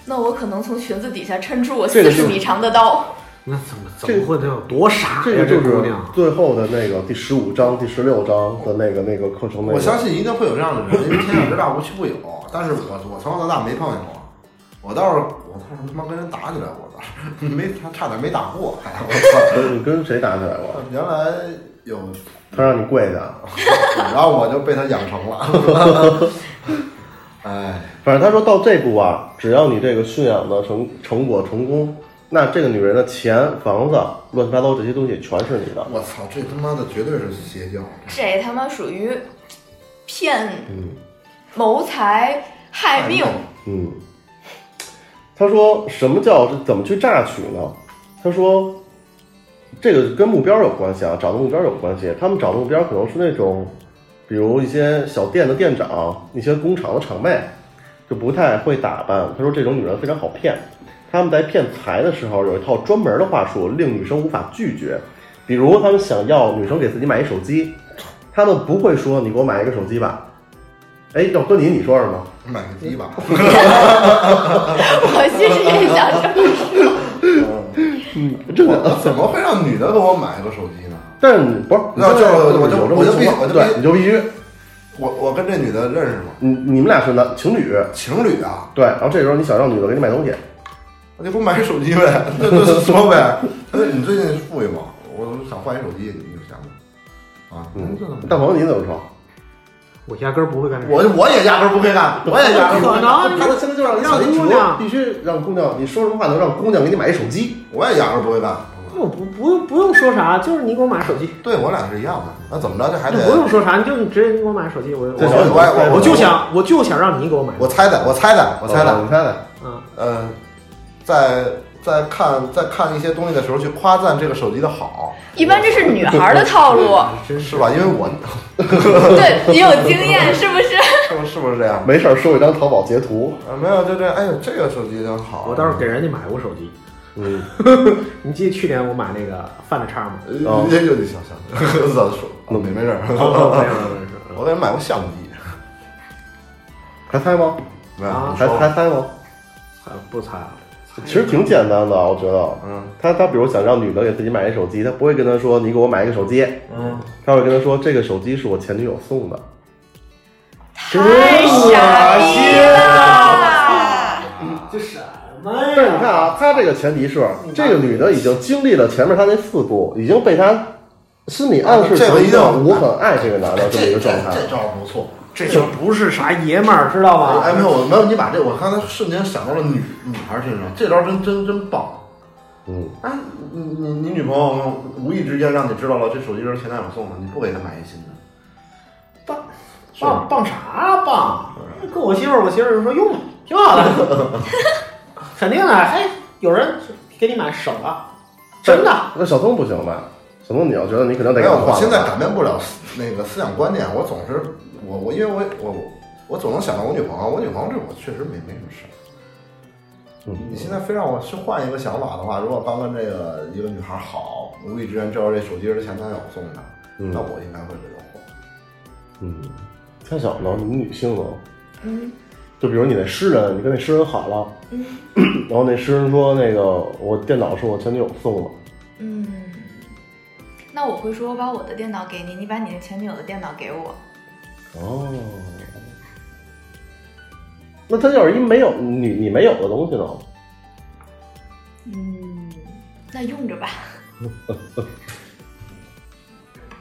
[SPEAKER 3] 那我可能从裙子底下抻出我
[SPEAKER 1] 这个
[SPEAKER 3] 四
[SPEAKER 1] 就
[SPEAKER 3] 十米长的刀。
[SPEAKER 2] 那怎么怎
[SPEAKER 1] 这
[SPEAKER 2] 么会能有多傻呀？
[SPEAKER 1] 这个就
[SPEAKER 2] 姑
[SPEAKER 1] 是
[SPEAKER 2] 娘，
[SPEAKER 1] 最后的那个第十五章、第十六章的那个那个课程那
[SPEAKER 4] 我相
[SPEAKER 1] 个。
[SPEAKER 4] 信一定会有这样的人，因为天下之大无奇不有。但是我我从小到大没碰见过，我倒是我倒是他妈跟人打起来过，我倒是没差差点没打过，还我操！
[SPEAKER 1] 你跟谁打起来过？
[SPEAKER 4] 原来有，
[SPEAKER 1] 他让你跪下，
[SPEAKER 4] 然后我就被他养成了。 哎，
[SPEAKER 1] 反正他说到这步啊，只要你这个驯养的成成果成功，那这个女人的钱、房子、乱七八糟这些东西全是你的。
[SPEAKER 4] 我操，这他妈的绝对是邪教。
[SPEAKER 3] 这他妈属于骗、谋财害命。
[SPEAKER 1] 嗯，他说什么叫怎么去榨取呢？他说这个跟目标有关系啊，找的目标有关系。他们找的目标可能是那种，比如一些小店的店长、一些工厂的厂妹，就不太会打扮。他说这种女人非常好骗。他们在骗财的时候有一套专门的话术，令女生无法拒绝。比如他们想要女生给自己买一手机，他们不会说你给我买一个手机吧？哎，要搁你你说什么？
[SPEAKER 4] 买个鸡吧，
[SPEAKER 3] 我其实也想说，
[SPEAKER 1] 嗯这个
[SPEAKER 4] 我怎么会让女的给我买个手机呢？
[SPEAKER 1] 但是你不是，
[SPEAKER 4] 那
[SPEAKER 1] 你现在
[SPEAKER 4] 就是我就
[SPEAKER 1] 有这么
[SPEAKER 4] 我
[SPEAKER 1] 一
[SPEAKER 4] 就
[SPEAKER 1] 情况
[SPEAKER 4] 必我就
[SPEAKER 1] 对，
[SPEAKER 4] 必
[SPEAKER 1] 你就必须，
[SPEAKER 4] 我我跟这女的认识吗？
[SPEAKER 1] 你你们俩是男情侣，
[SPEAKER 4] 情侣啊，
[SPEAKER 1] 对，然后这时候你想让女的给你买东西，
[SPEAKER 4] 那就给我买个手机呗，那就说呗。 那你最近富裕吗？我想换一手机，你有钱吗？啊，
[SPEAKER 1] 嗯
[SPEAKER 4] 那就这么，
[SPEAKER 1] 大鹏你怎么说？
[SPEAKER 2] 我压根儿不会干这
[SPEAKER 4] 我我也压根儿不会干，我也压根儿不
[SPEAKER 2] 可
[SPEAKER 4] 会
[SPEAKER 2] 能
[SPEAKER 4] 干，
[SPEAKER 1] 他的现在就让你
[SPEAKER 2] 让
[SPEAKER 1] 想清
[SPEAKER 2] 姑
[SPEAKER 1] 楚
[SPEAKER 2] 娘
[SPEAKER 1] 必须让姑娘，你说什么话能让姑娘给你买一手机？
[SPEAKER 4] 我也压根儿不会干。
[SPEAKER 2] 我不不用不用说啥，就是你给我买手机，
[SPEAKER 4] 对我俩是一样的，那怎么着这还
[SPEAKER 2] 那
[SPEAKER 4] 得
[SPEAKER 2] 不用说啥，你就直接你给我买手机，我
[SPEAKER 1] 这
[SPEAKER 4] 我
[SPEAKER 1] 小
[SPEAKER 2] 我
[SPEAKER 1] 姐
[SPEAKER 4] 我
[SPEAKER 2] 我就想我就想让你给我买，
[SPEAKER 4] 我猜的，我猜的，我猜的，
[SPEAKER 1] 哦你猜猜，
[SPEAKER 2] 嗯，
[SPEAKER 4] 嗯，在在看在看一些东西的时候去夸赞这个手机的好，
[SPEAKER 3] 一般这是女孩的套路，
[SPEAKER 2] 真
[SPEAKER 4] 是吧？因为我
[SPEAKER 3] 对你有经验是不 是？
[SPEAKER 4] 是不是是不是这样？
[SPEAKER 1] 没事儿收一张淘宝截图，
[SPEAKER 4] 啊，没有，就这，哎呦，这个手机真好。
[SPEAKER 2] 我倒是给人家买过手机，
[SPEAKER 1] 嗯，
[SPEAKER 2] 你记得去年我买那个犯了叉吗？
[SPEAKER 4] 呃，这就得想想， 早说，没没事儿，
[SPEAKER 2] 没有没有没有没有。
[SPEAKER 4] 我给人买过相机，
[SPEAKER 1] 还猜吗？
[SPEAKER 4] 没有，
[SPEAKER 2] 啊
[SPEAKER 1] 还还猜吗？
[SPEAKER 2] 啊，不猜了。
[SPEAKER 1] 其实挺简单的，我觉得。
[SPEAKER 4] 嗯
[SPEAKER 1] 他他比如想让女的给自己买一手机，他不会跟她说你给我买一个手机，
[SPEAKER 4] 嗯，
[SPEAKER 1] 他会跟她说这个手机是我前女友送的。哎
[SPEAKER 3] 太傻逼
[SPEAKER 1] 啊
[SPEAKER 3] 了！
[SPEAKER 2] 这什么
[SPEAKER 1] 但是你看？啊
[SPEAKER 4] 嗯
[SPEAKER 1] 啊，他这个前提是，这个女的已经经历了前面她那四步，已经被他心理暗示
[SPEAKER 4] 这
[SPEAKER 1] 成
[SPEAKER 4] 个
[SPEAKER 1] 一
[SPEAKER 4] 一定
[SPEAKER 1] 个
[SPEAKER 4] 要
[SPEAKER 1] 我很爱这个男的这么一
[SPEAKER 4] 这
[SPEAKER 1] 个
[SPEAKER 4] 这
[SPEAKER 1] 状态。
[SPEAKER 4] 这招不错。
[SPEAKER 2] 这就不是啥爷们儿，知道吧？
[SPEAKER 4] 哎，没有，没有，你把这，我刚才瞬间想到了女女孩身上，这招真真真棒。
[SPEAKER 1] 嗯，
[SPEAKER 4] 哎，你你你女朋友无意之间让你知道了这手机是前男友送的，你不给她买一新的，
[SPEAKER 2] 棒
[SPEAKER 4] 是吧
[SPEAKER 2] 棒棒啥棒？跟我媳妇儿，我媳妇儿就说用吧，挺好的， 肯定的。哎，有人给你买手了，真的。
[SPEAKER 1] 那小松不行吧？小松，你要觉得你肯定得
[SPEAKER 4] 没
[SPEAKER 1] 给
[SPEAKER 4] 有，
[SPEAKER 1] 他
[SPEAKER 4] 我
[SPEAKER 1] 换了。
[SPEAKER 4] 现在改变不了思那个思想观念，我总是我我因为我我我总能想到我女朋友，我女朋友这我确实没没什么事儿。
[SPEAKER 1] 嗯
[SPEAKER 4] 你现在非让我去换一个想法的话，如果刚跟这个一个女孩好，无意之间知道这手机是前男友送的，
[SPEAKER 1] 嗯
[SPEAKER 4] 那我应该会给她换。
[SPEAKER 1] 嗯，太小了，你女性呢？
[SPEAKER 3] 嗯
[SPEAKER 1] 就比如你那诗人，你跟那诗人好了，
[SPEAKER 3] 嗯
[SPEAKER 1] 然后那诗人说那个我电脑是我前女友送的，
[SPEAKER 3] 嗯，那我会说我把我的电脑给你，你把你的前女友的电脑给我。
[SPEAKER 1] 哦，那他要是一没有你你没有的东西呢？
[SPEAKER 3] 嗯，那用着吧。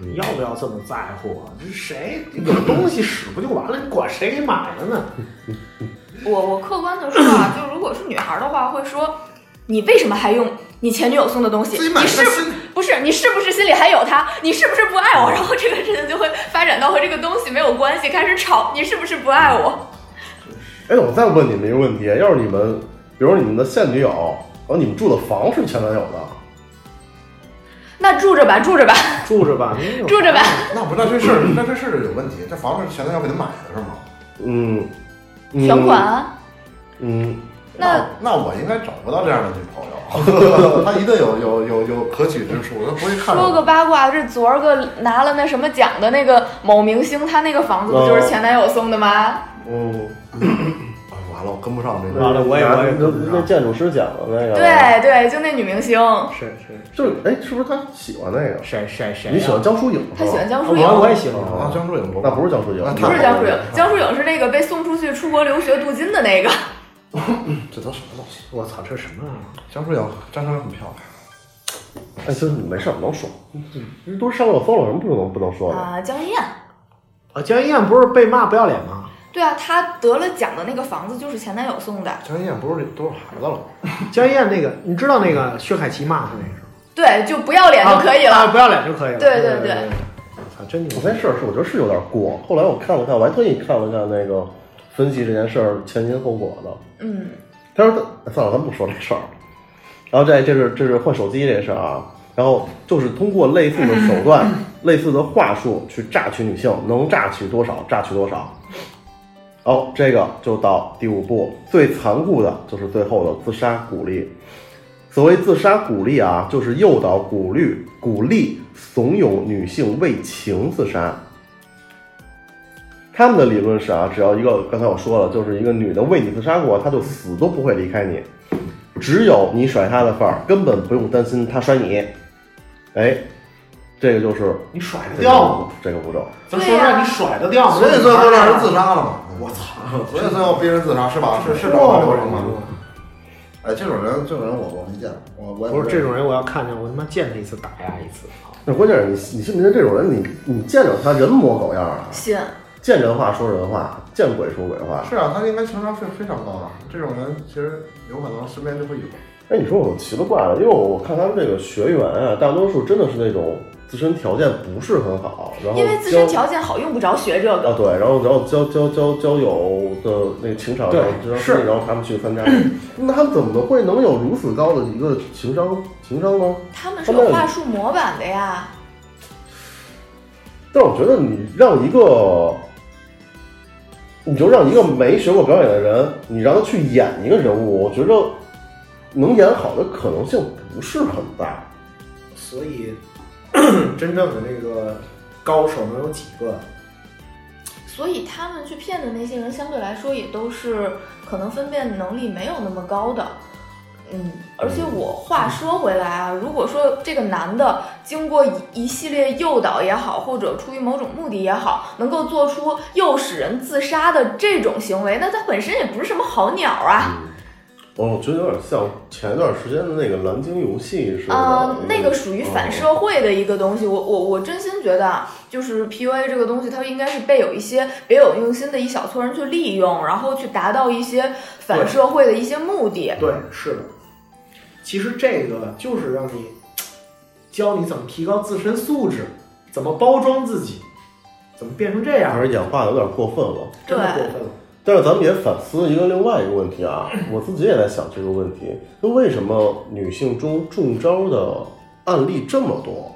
[SPEAKER 2] 你要不要这么在乎啊？这谁有东西使不就完了？你管谁给买的呢？
[SPEAKER 3] 我我客观的说 啊，就如果是女孩儿的话，会说你为什么还用你前女友送的东西？
[SPEAKER 4] 自己买
[SPEAKER 3] 你
[SPEAKER 4] 个
[SPEAKER 3] 是
[SPEAKER 4] 新的
[SPEAKER 3] 不是你是不是心里还有她？你是不是不爱
[SPEAKER 1] 嗯
[SPEAKER 3] 我？然后这个事情就会发展到和这个东西没有关系，开始吵你是不是不爱我？
[SPEAKER 1] 哎，我再问你们一个问题，要是你们，比如你们的现女友，然后你们住的房是前男友的，
[SPEAKER 3] 那住着吧，住着吧，
[SPEAKER 2] 住着吧，你有
[SPEAKER 3] 住着吧。
[SPEAKER 4] 那不那这事儿，那这事儿有问题，这房子是前男友给她买的是吗？
[SPEAKER 1] 嗯，嗯
[SPEAKER 3] 全款，啊。
[SPEAKER 1] 嗯，
[SPEAKER 3] 那
[SPEAKER 4] 那我应该找不到这样的女朋 友，她一定有有有有可取之处，她不会看
[SPEAKER 3] 说
[SPEAKER 4] 上
[SPEAKER 3] 个八卦，这昨儿个拿了那什么奖的那个某明星，他那个房子不就是前男友送的吗？
[SPEAKER 1] 嗯，
[SPEAKER 4] 我。啊完了，我跟不上这
[SPEAKER 2] 完
[SPEAKER 4] 个。
[SPEAKER 2] 了我也我也
[SPEAKER 1] 那那建筑师讲的那个，，
[SPEAKER 3] 对对，就那女明星，
[SPEAKER 2] 是是
[SPEAKER 1] 就是哎，是不是他喜欢那个？
[SPEAKER 2] 谁谁谁、啊？
[SPEAKER 1] 你喜欢江疏影
[SPEAKER 3] 她
[SPEAKER 1] 是
[SPEAKER 3] 喜
[SPEAKER 1] 吧？哦
[SPEAKER 3] 欢江疏
[SPEAKER 1] 嗯
[SPEAKER 3] 影，
[SPEAKER 2] 我我也喜欢。
[SPEAKER 4] 啊，江疏影不
[SPEAKER 1] 那不是江疏影
[SPEAKER 4] 那，
[SPEAKER 3] 不是江疏影
[SPEAKER 4] 啊，
[SPEAKER 3] 江疏影是那个被送出去出国留学镀金的那个。
[SPEAKER 4] 这都什么东西？
[SPEAKER 2] 我操，这什么啊？
[SPEAKER 4] 江疏影，江疏影很漂亮。
[SPEAKER 1] 哎，行，你没事儿，能说，都上热搜了，有什么不能不能说的？
[SPEAKER 3] 啊，江一燕。
[SPEAKER 2] 啊，江一燕不是被骂不要脸吗？
[SPEAKER 3] 对啊，她得了奖的那个房子就是前男友送的，
[SPEAKER 4] 江一燕不是多少孩子了？
[SPEAKER 2] 江一燕那个，你知道那个薛凯琪骂她那个是吗？
[SPEAKER 3] 对，就不要脸就可以
[SPEAKER 2] 啊，
[SPEAKER 3] 了。
[SPEAKER 2] 啊不要脸就可以了。
[SPEAKER 3] 对
[SPEAKER 2] 对
[SPEAKER 3] 对
[SPEAKER 2] 对。我操，真牛
[SPEAKER 1] 我
[SPEAKER 2] 逼！
[SPEAKER 1] 那事儿是我觉得是有点过，后来我看了看，我还特意看了看那个分析这件事儿前因后果的。
[SPEAKER 3] 嗯，
[SPEAKER 1] 他说他算了，咱不说这事儿。然后这这是这是换手机这事儿啊，然后就是通过类似的手段、类似的话术去榨取女性，能榨取多少榨取多少。哦，这个就到第五步，最残酷的就是最后的自杀鼓励。所谓自杀鼓励啊，就是诱导、鼓励、鼓励、怂恿女性为情自杀。他们的理论是啊，只要一个刚才我说了，就是一个女的为你自杀过，她就死都不会离开你，只有你甩她的份儿，根本不用担心她甩你。哎，这个就是
[SPEAKER 2] 你甩得
[SPEAKER 1] 这个
[SPEAKER 2] 掉吗？
[SPEAKER 1] 这个步骤。
[SPEAKER 2] 咱说实
[SPEAKER 3] 对
[SPEAKER 2] 话，
[SPEAKER 3] 啊
[SPEAKER 2] 你甩得掉吗？
[SPEAKER 4] 所以最后让人自杀了嘛？
[SPEAKER 2] 我操！
[SPEAKER 4] 所以最后逼人自杀是吧？是是这么流程吗？哎，这种人，这种人我我没见过，我我也
[SPEAKER 2] 不是这
[SPEAKER 4] 认识
[SPEAKER 2] 种人，我要看见我他妈见他一次打他一次。
[SPEAKER 1] 那关键是你，你信不信这种人，你你见着他人模狗样儿啊，
[SPEAKER 3] 信。
[SPEAKER 1] 见人话说人话，见鬼说鬼话。
[SPEAKER 4] 是啊，他应该情商是非常高的。这种人其实有可能身边就会有。
[SPEAKER 1] 哎，你说我奇了怪了，因为我看他们这个学员啊，大多数真的是那种自身条件不是很好，然后
[SPEAKER 3] 因为自
[SPEAKER 1] 交
[SPEAKER 3] 身条件好，用不着学这
[SPEAKER 1] 啊，
[SPEAKER 3] 个。
[SPEAKER 1] 对，然后然后交交交交友的那个情场
[SPEAKER 2] 对
[SPEAKER 1] 上，然后
[SPEAKER 2] 是
[SPEAKER 1] 然后他们去参加，
[SPEAKER 3] 嗯
[SPEAKER 1] 那他们怎么会能有如此高的一个情商情商呢？
[SPEAKER 3] 他们是有话术模板的呀。
[SPEAKER 1] 但我觉得你让一个，你就让一个没学过表演的人，你让他去演一个人物，我觉着能演好的可能性不是很大。
[SPEAKER 2] 所以， 真正的那个高手能有几个？
[SPEAKER 3] 所以他们去骗的那些人，相对来说也都是可能分辨能力没有那么高的。嗯，而且我话说回来啊，如果说这个男的经过一一系列诱导也好，或者出于某种目的也好，能够做出诱使人自杀的这种行为，那他本身也不是什么好鸟啊。
[SPEAKER 1] 嗯哦我觉得有点像前一段时间的那个蓝鲸游戏嗯似的。
[SPEAKER 3] 啊、那个属于反社会的一个东西。我我我真心觉得啊，就是 PUA 这个东西，它应该是被有一些别有用心的一小撮人去利用，然后去达到一些反社会的一些目的。
[SPEAKER 2] 对，是的。其实这个就是让你教你怎么提高自身素质，怎么包装自己，怎么变成这
[SPEAKER 1] 还
[SPEAKER 2] 样，
[SPEAKER 1] 是演化有点过分了。
[SPEAKER 2] 真的过
[SPEAKER 3] 对
[SPEAKER 2] 分了。
[SPEAKER 1] 但是咱们也反思一个另外一个问题 啊，我自己也在想这个问题，就为什么女性中中招的案例这么多，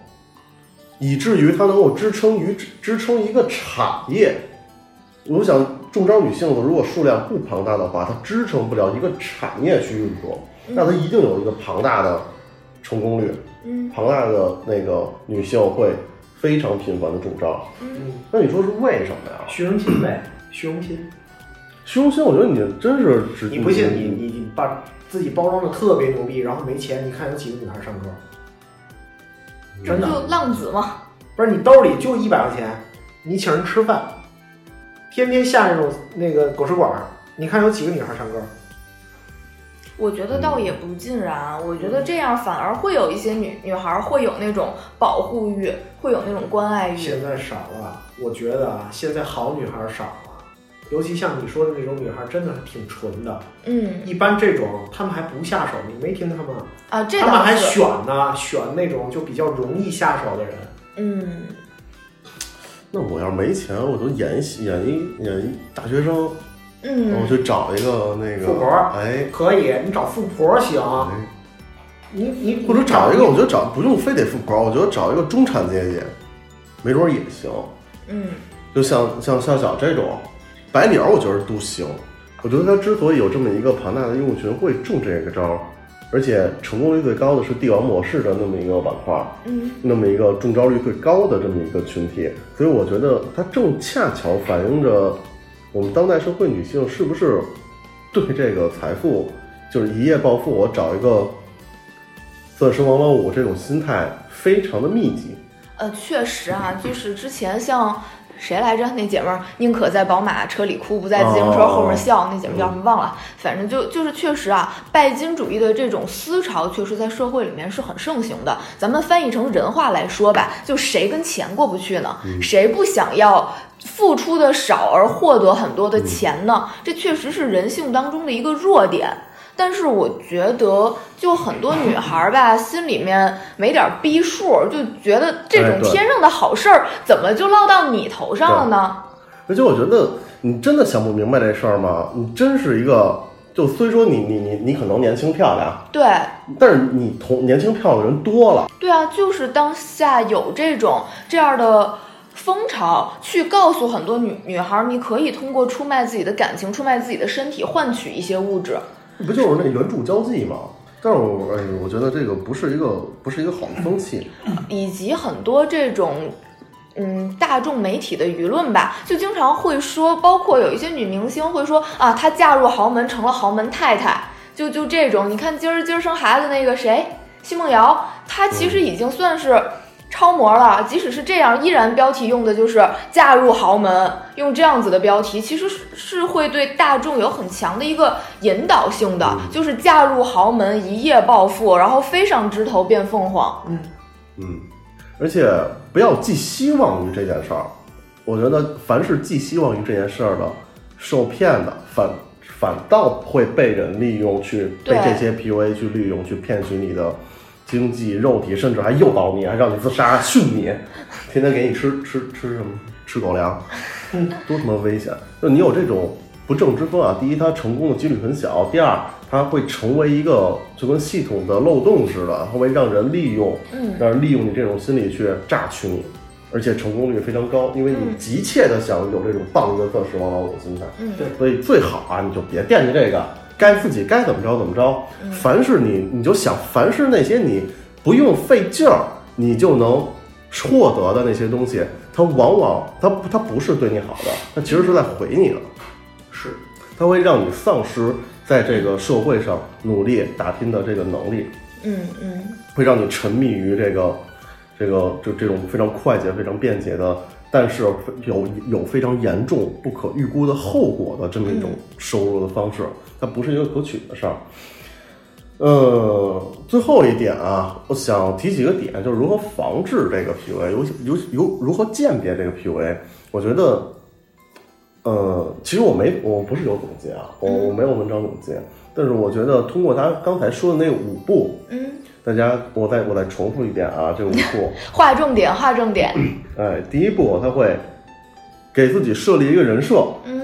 [SPEAKER 1] 以至于它能够支撑于支撑一个产业。我想中招女性如果数量不庞大的话，它支撑不了一个产业去运作，
[SPEAKER 2] 嗯
[SPEAKER 1] 那它一定有一个庞大的成功率，
[SPEAKER 3] 嗯
[SPEAKER 1] 庞大的那个女性会非常频繁的中招。
[SPEAKER 2] 嗯，
[SPEAKER 1] 那你说是为什么呀？
[SPEAKER 2] 虚荣心呗，虚荣心。
[SPEAKER 1] 虚荣心，我觉得你真是直
[SPEAKER 2] 你不信
[SPEAKER 1] 嗯
[SPEAKER 2] 你你你把自己包装的特别牛逼，然后没钱，你看有几个女孩上钩？
[SPEAKER 3] 这
[SPEAKER 2] 真
[SPEAKER 3] 不
[SPEAKER 2] 的
[SPEAKER 3] 就浪子嘛，
[SPEAKER 2] 不是你兜里就一百块钱，你请人吃饭，天天下那种那个狗吃馆儿，你看有几个女孩上钩？
[SPEAKER 3] 我觉得
[SPEAKER 2] 嗯
[SPEAKER 3] 倒也不尽然，啊我觉得这样反而会有一些女女孩会有那种保护欲，会有那种关爱欲。
[SPEAKER 2] 现在少了，我觉得啊，现在好女孩少了，尤其像你说的那种女孩，真的挺纯的。
[SPEAKER 3] 嗯
[SPEAKER 2] 一般这种她们还不下手，你没听她们，
[SPEAKER 3] 啊，这
[SPEAKER 2] 她们
[SPEAKER 3] 倒
[SPEAKER 2] 还
[SPEAKER 3] 是。
[SPEAKER 2] 选呢，选那种就比较容易下手的人。
[SPEAKER 3] 嗯，
[SPEAKER 1] 那我要没钱，我就演一演一演一大学生，然后
[SPEAKER 2] 哦
[SPEAKER 3] 嗯，
[SPEAKER 1] 去找一个那个
[SPEAKER 2] 富婆
[SPEAKER 1] 哎，
[SPEAKER 2] 可以，你找富婆行，
[SPEAKER 1] 哎
[SPEAKER 2] 你你
[SPEAKER 1] 或者找一个，我觉得找不用非得富婆，我觉得找一个中产阶级，没准儿也行。
[SPEAKER 3] 嗯，
[SPEAKER 1] 就像像像小这种，白鸟我觉得都行。我觉得他之所以有这么一个庞大的用户群会中这个招儿，而且成功率最高的是帝王模式的那么一个板块，
[SPEAKER 3] 嗯，
[SPEAKER 1] 那么一个中招率最高的这么一个群体，所以我觉得它正恰巧反映着我们当代社会女性是不是对这个财富就是一夜暴富，我找一个钻石王老五这种心态非常的密集。
[SPEAKER 3] 呃，确实啊，就是之前像谁来着？那姐们儿宁可在宝马车里哭，不在自行车后面笑。那姐们儿叫什么忘了，反正就就是确实啊，拜金主义的这种思潮，确实在社会里面是很盛行的。咱们翻译成人话来说吧，就谁跟钱过不去呢？谁不想要？付出的少而获得很多的钱呢，这确实是人性当中的一个弱点。但是我觉得，就很多女孩 儿吧，心里面没点儿逼数，就觉得这
[SPEAKER 1] 哎
[SPEAKER 3] 种
[SPEAKER 1] 对
[SPEAKER 3] 天上的好事儿怎么就落到你头上了呢？
[SPEAKER 1] 而且我觉得你真的想不明白这事儿吗？你真是一个，就虽说你你你你可能年轻漂亮，
[SPEAKER 3] 对，
[SPEAKER 1] 但是你同年轻漂亮的人多了，
[SPEAKER 3] 对啊，就是当下有这种这样的风潮，去告诉很多女女孩儿，你可以通过出卖自己的感情、出卖自己的身体，换取一些物质。
[SPEAKER 1] 不就是那援助交际吗？但是我哎，我觉得这个不是一个不是一个好的风气。
[SPEAKER 3] 以及很多这种。嗯，大众媒体的舆论吧，就经常会说，包括有一些女明星会说啊，她嫁入豪门成了豪门太太，就就这种。你看今儿今儿生孩子那个谁，奚梦瑶，她其实已经算是超模了，即使是这样，依然标题用的就是嫁入豪门，用这样子的标题，其实是是会对大众有很强的一个引导性的，就是嫁入豪门一夜暴富，然后飞上枝头变凤凰。
[SPEAKER 1] 嗯，而且不要寄希望于这件事儿。我觉得凡是寄希望于这件事儿的，受骗的反反倒会被人利用去被
[SPEAKER 3] 对
[SPEAKER 1] 这些 PUA 去利用去骗取你的经济、肉体，甚至还诱导你，还让你自杀、训你，天天给你吃吃吃什么吃狗粮，多他妈危险！就你有这种不正之风啊，第一，它成功的几率很小；第二，它会成为一个就跟系统的漏洞似的，它会让人利用，
[SPEAKER 3] 嗯
[SPEAKER 1] 让人利用你这种心理去榨取你，而且成功率非常高，因为你
[SPEAKER 3] 嗯
[SPEAKER 1] 急切的想有这种傍一个钻石王老五的心态。
[SPEAKER 3] 嗯
[SPEAKER 2] 对
[SPEAKER 1] 所以最好啊，你就别惦记这个，该自己该怎么着怎么着。凡是你，你就想，凡是那些你不用费劲儿，你就能获得的那些东西，它往往它不它不是对你好的，它其实是在毁你的，
[SPEAKER 2] 是，
[SPEAKER 1] 它会让你丧失在这个社会上努力打拼的这个能力，
[SPEAKER 3] 嗯嗯
[SPEAKER 1] 会让你沉迷于这个这个这这种非常快捷、非常便捷的但是有有非常严重、不可预估的后果的这么一种收入的方式，它不是一个可取的事儿。呃，最后一点啊，我想提几个点，就是如何防治这个 PUA，尤其尤尤如何鉴别这个 PUA。我觉得，呃，其实我没我不是有总结啊，我我没有文章总结，但是我觉得通过他刚才说的那五步，
[SPEAKER 3] 嗯，
[SPEAKER 1] 大家我再我再重复一遍啊，这五步。
[SPEAKER 3] 划重点，划重点，
[SPEAKER 1] 哎，第一步他会给自己设立一个人设，
[SPEAKER 3] 嗯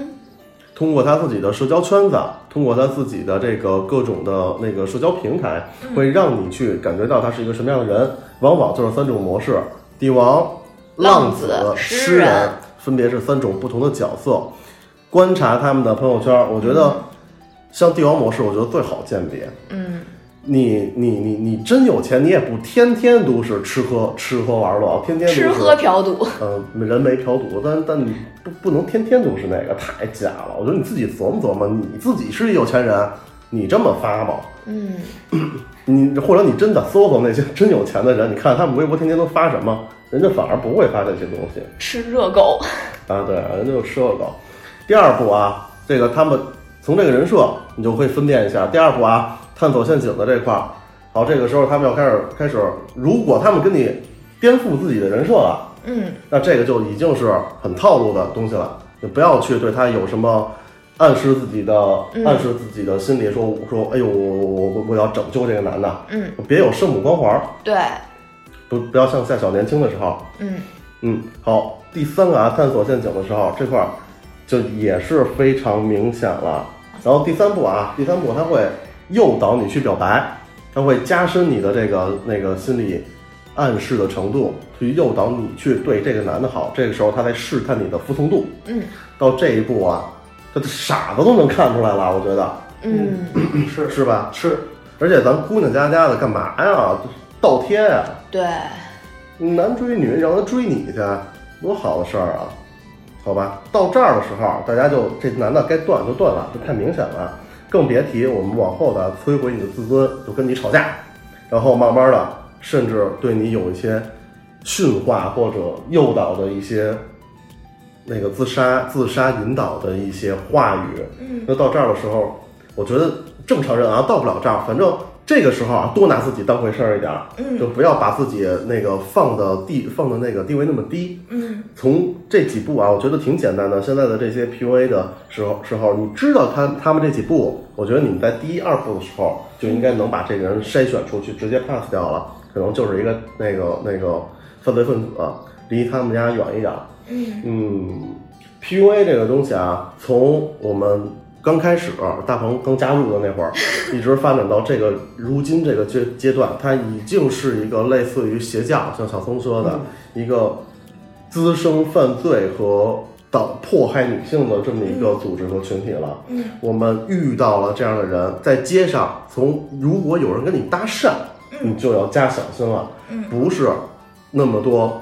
[SPEAKER 1] 通过他自己的社交圈子，通过他自己的这个各种的那个社交平台，会让你去感觉到他是一个什么样的人。往往就是三种模式：帝王、
[SPEAKER 3] 浪
[SPEAKER 1] 子
[SPEAKER 3] 子、
[SPEAKER 1] 诗
[SPEAKER 3] 诗
[SPEAKER 1] 人
[SPEAKER 3] 人，
[SPEAKER 1] 分别是三种不同的角色。观察他们的朋友圈，我觉得像帝王模式，我觉得最好鉴别。
[SPEAKER 3] 嗯
[SPEAKER 1] 你你你你真有钱，你也不天天都是吃喝吃喝玩乐，啊天天都是
[SPEAKER 3] 吃喝嫖赌，
[SPEAKER 1] 呃，人没嫖赌，但但你不不能天天都是那个，太假了。我觉得你自己琢磨琢磨，你自己是有钱人，你这么发吗？
[SPEAKER 3] 嗯
[SPEAKER 1] 你或者你真的搜搜那些 真有钱的人，你看他们微博天天都发什么，人家反而不会发这些东西
[SPEAKER 3] 吃热狗，
[SPEAKER 1] 啊。对，人家就吃了狗。第二步啊，这个他们从这个人设，你就会分辨一下。第二步啊，探索陷阱的这块儿，好，这个时候他们要开始开始，如果他们跟你颠覆自己的人设了。
[SPEAKER 3] 嗯
[SPEAKER 1] 那这个就已经是很套路的东西了，你不要去对他有什么暗示自己的、
[SPEAKER 3] 嗯
[SPEAKER 1] 暗示自己的心理说说，哎呦，我我我我要拯救这个男的，
[SPEAKER 3] 嗯，
[SPEAKER 1] 别有圣母光环，
[SPEAKER 3] 对，
[SPEAKER 1] 不不要像夏小年轻的时候，
[SPEAKER 3] 嗯
[SPEAKER 1] 嗯，好，第三个啊，探索陷阱的时候这块儿就也是非常明显了。然后第三步啊，第三步它会诱导你去表白，它会加深你的这个那个心理暗示的程度，去诱导你去对这个男的好。这个时候他在试探你的服从度。
[SPEAKER 3] 嗯
[SPEAKER 1] 到这一步啊，他傻子都能看出来了，我觉得
[SPEAKER 3] 嗯，
[SPEAKER 2] 是
[SPEAKER 1] 是吧？
[SPEAKER 2] 是，
[SPEAKER 1] 而且咱姑娘家家的干嘛呀？倒贴呀、
[SPEAKER 3] 对，
[SPEAKER 1] 男追女，让他追你去，多好的事儿啊！好吧，到这儿的时候，大家就这男的该断就断了，这太明显了，更别提我们往后的摧毁你的自尊，就跟你吵架，然后慢慢的，甚至对你有一些驯化或者诱导的一些那个自杀、自杀引导的一些话语。
[SPEAKER 3] 嗯
[SPEAKER 1] 那到这儿的时候，我觉得正常人啊，到不了这儿，反正这个时候啊，多拿自己当回事儿一点儿，就
[SPEAKER 3] 嗯
[SPEAKER 1] 不要把自己那个放的地放的那个地位那么低。
[SPEAKER 3] 嗯
[SPEAKER 1] 从这几步啊，我觉得挺简单的。现在的这些 PUA 的时候时候，你知道他他们这几步，我觉得你们在第一二步的时候就应该能把这个人筛选出去，直接 pass 掉了。可能就是一个那个那个犯罪分子，离他们家远一点儿。
[SPEAKER 3] 嗯
[SPEAKER 1] 嗯，PUA 这个东西啊，从我们刚开始大鹏刚加入的那会儿，一直发展到这个如今这个阶阶段，它已经是一个类似于邪教，像小松说的、一个滋生犯罪和导迫害女性的这么一个组织和群体了。
[SPEAKER 3] 嗯
[SPEAKER 1] 我们遇到了这样的人，在街上，从如果有人跟你搭讪，你就要加小心了，
[SPEAKER 3] 嗯
[SPEAKER 1] 不是那么多。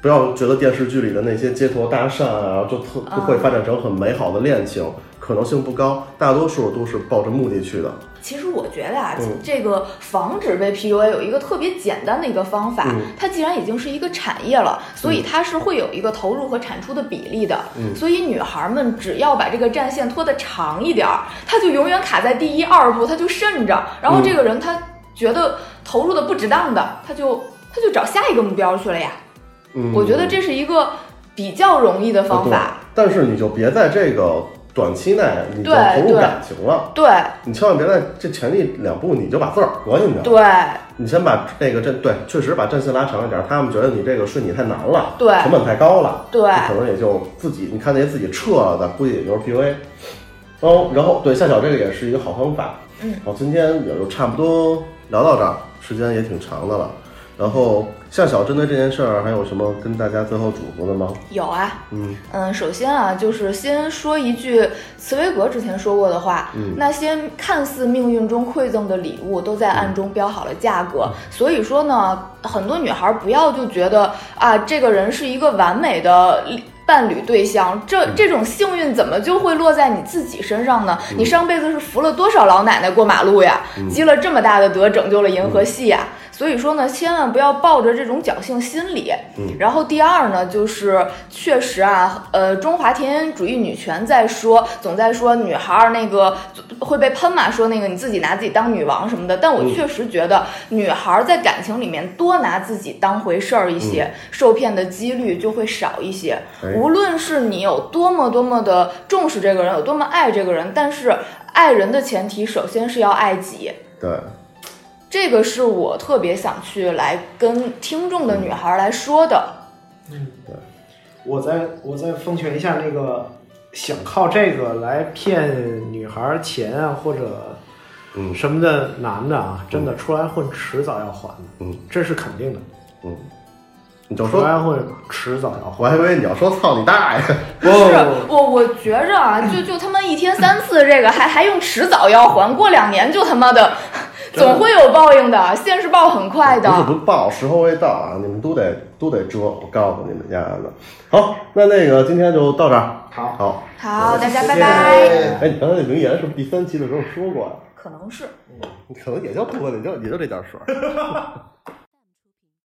[SPEAKER 1] 不要觉得电视剧里的那些街头搭讪啊，就特就会发展成很美好的恋情，可能性不高，大多数都是抱着目的去的。
[SPEAKER 3] 其实我觉得啊，
[SPEAKER 1] 嗯
[SPEAKER 3] 这个防止被 PUA 有一个特别简单的一个方法，
[SPEAKER 1] 嗯
[SPEAKER 3] 它既然已经是一个产业了，所以它是会有一个投入和产出的比例的。
[SPEAKER 1] 嗯
[SPEAKER 3] 所以女孩们只要把这个战线拖得长一点儿，她就永远卡在第一二步，她就慎着。然后这个人他觉得投入的不值当的，他就他就找下一个目标去了呀。
[SPEAKER 1] 嗯，啊
[SPEAKER 3] 我觉得这是一个比较容易的方法。
[SPEAKER 1] 对但是你就别在这个短期内你就
[SPEAKER 3] 对
[SPEAKER 1] 投入
[SPEAKER 3] 对
[SPEAKER 1] 感情了，
[SPEAKER 3] 对
[SPEAKER 1] 你千万别在这前一两步你就把字儿合进去了。
[SPEAKER 3] 对
[SPEAKER 1] 你先把这个战对，确实把战线拉长一点，他们觉得你这个顺你太难了，
[SPEAKER 3] 对
[SPEAKER 1] 成本太高了，
[SPEAKER 3] 对
[SPEAKER 1] 你可能也就自己，你看那些自己撤了的，估计也就是 PUA。然后，哦然后对夏小这个也是一个好方法。
[SPEAKER 3] 嗯，
[SPEAKER 1] 好，今天也就差不多聊到这儿，时间也挺长的了。然后夏小针对这件事儿还有什么跟大家最后嘱咐的吗？
[SPEAKER 3] 有啊，
[SPEAKER 1] 嗯
[SPEAKER 3] 嗯，首先啊，就是先说一句茨威格之前说过的话，那些看似命运中馈赠的礼物，都在暗中标好了价格。所以说呢，很多女孩不要就觉得啊，这个人是一个完美的。伴侣对象，这这种幸运怎么就会落在你自己身上呢？你上辈子是扶了多少老奶奶过马路呀，积了这么大的德，拯救了银河系呀。所以说呢，千万不要抱着这种侥幸心理。
[SPEAKER 1] 嗯
[SPEAKER 3] 然后第二呢，就是确实啊，呃，中华田园主义女权在说，总在说女孩儿那个会被喷嘛，说那个你自己拿自己当女王什么的。但我
[SPEAKER 1] 嗯
[SPEAKER 3] 确实觉得，女孩儿在感情里面多拿自己当回事儿一些，受骗的几率就会少一些。
[SPEAKER 1] 哎
[SPEAKER 3] 无论是你有多么多么的重视这个人，有多么爱这个人，但是爱人的前提首先是要爱己。
[SPEAKER 1] 对，
[SPEAKER 3] 这个是我特别想去来跟听
[SPEAKER 1] 嗯
[SPEAKER 3] 众的女孩儿来说的。
[SPEAKER 2] 我再我再奉劝一下那个想靠这个来骗女孩儿钱啊或者
[SPEAKER 1] 嗯
[SPEAKER 2] 什么的男的啊，真的出来混迟早要还的，
[SPEAKER 1] 嗯，
[SPEAKER 2] 这是肯定的，
[SPEAKER 1] 嗯，你就
[SPEAKER 2] 出
[SPEAKER 1] 说，
[SPEAKER 2] 来混迟早要还。
[SPEAKER 1] 我还以为你要说操你大爷，
[SPEAKER 2] 不
[SPEAKER 3] 是
[SPEAKER 1] 哦
[SPEAKER 3] 我，我觉着啊，就就他妈一天三次这个，还还用迟早要还，过两年就他妈的，总会有报应的，现世报很快
[SPEAKER 1] 不是
[SPEAKER 3] 的。
[SPEAKER 1] 不报，时候未到啊，你们都得都得遮，我告诉你们家的。好，那那个今天就到这儿，
[SPEAKER 2] 好，
[SPEAKER 1] 好。
[SPEAKER 3] 好，大家拜
[SPEAKER 4] 谢
[SPEAKER 3] 拜。
[SPEAKER 4] 谢
[SPEAKER 1] 哎，你刚才那名言是不是第三期的时候说过呀、
[SPEAKER 3] 可能是。
[SPEAKER 1] 你可能也就不过，也就也就这点水儿。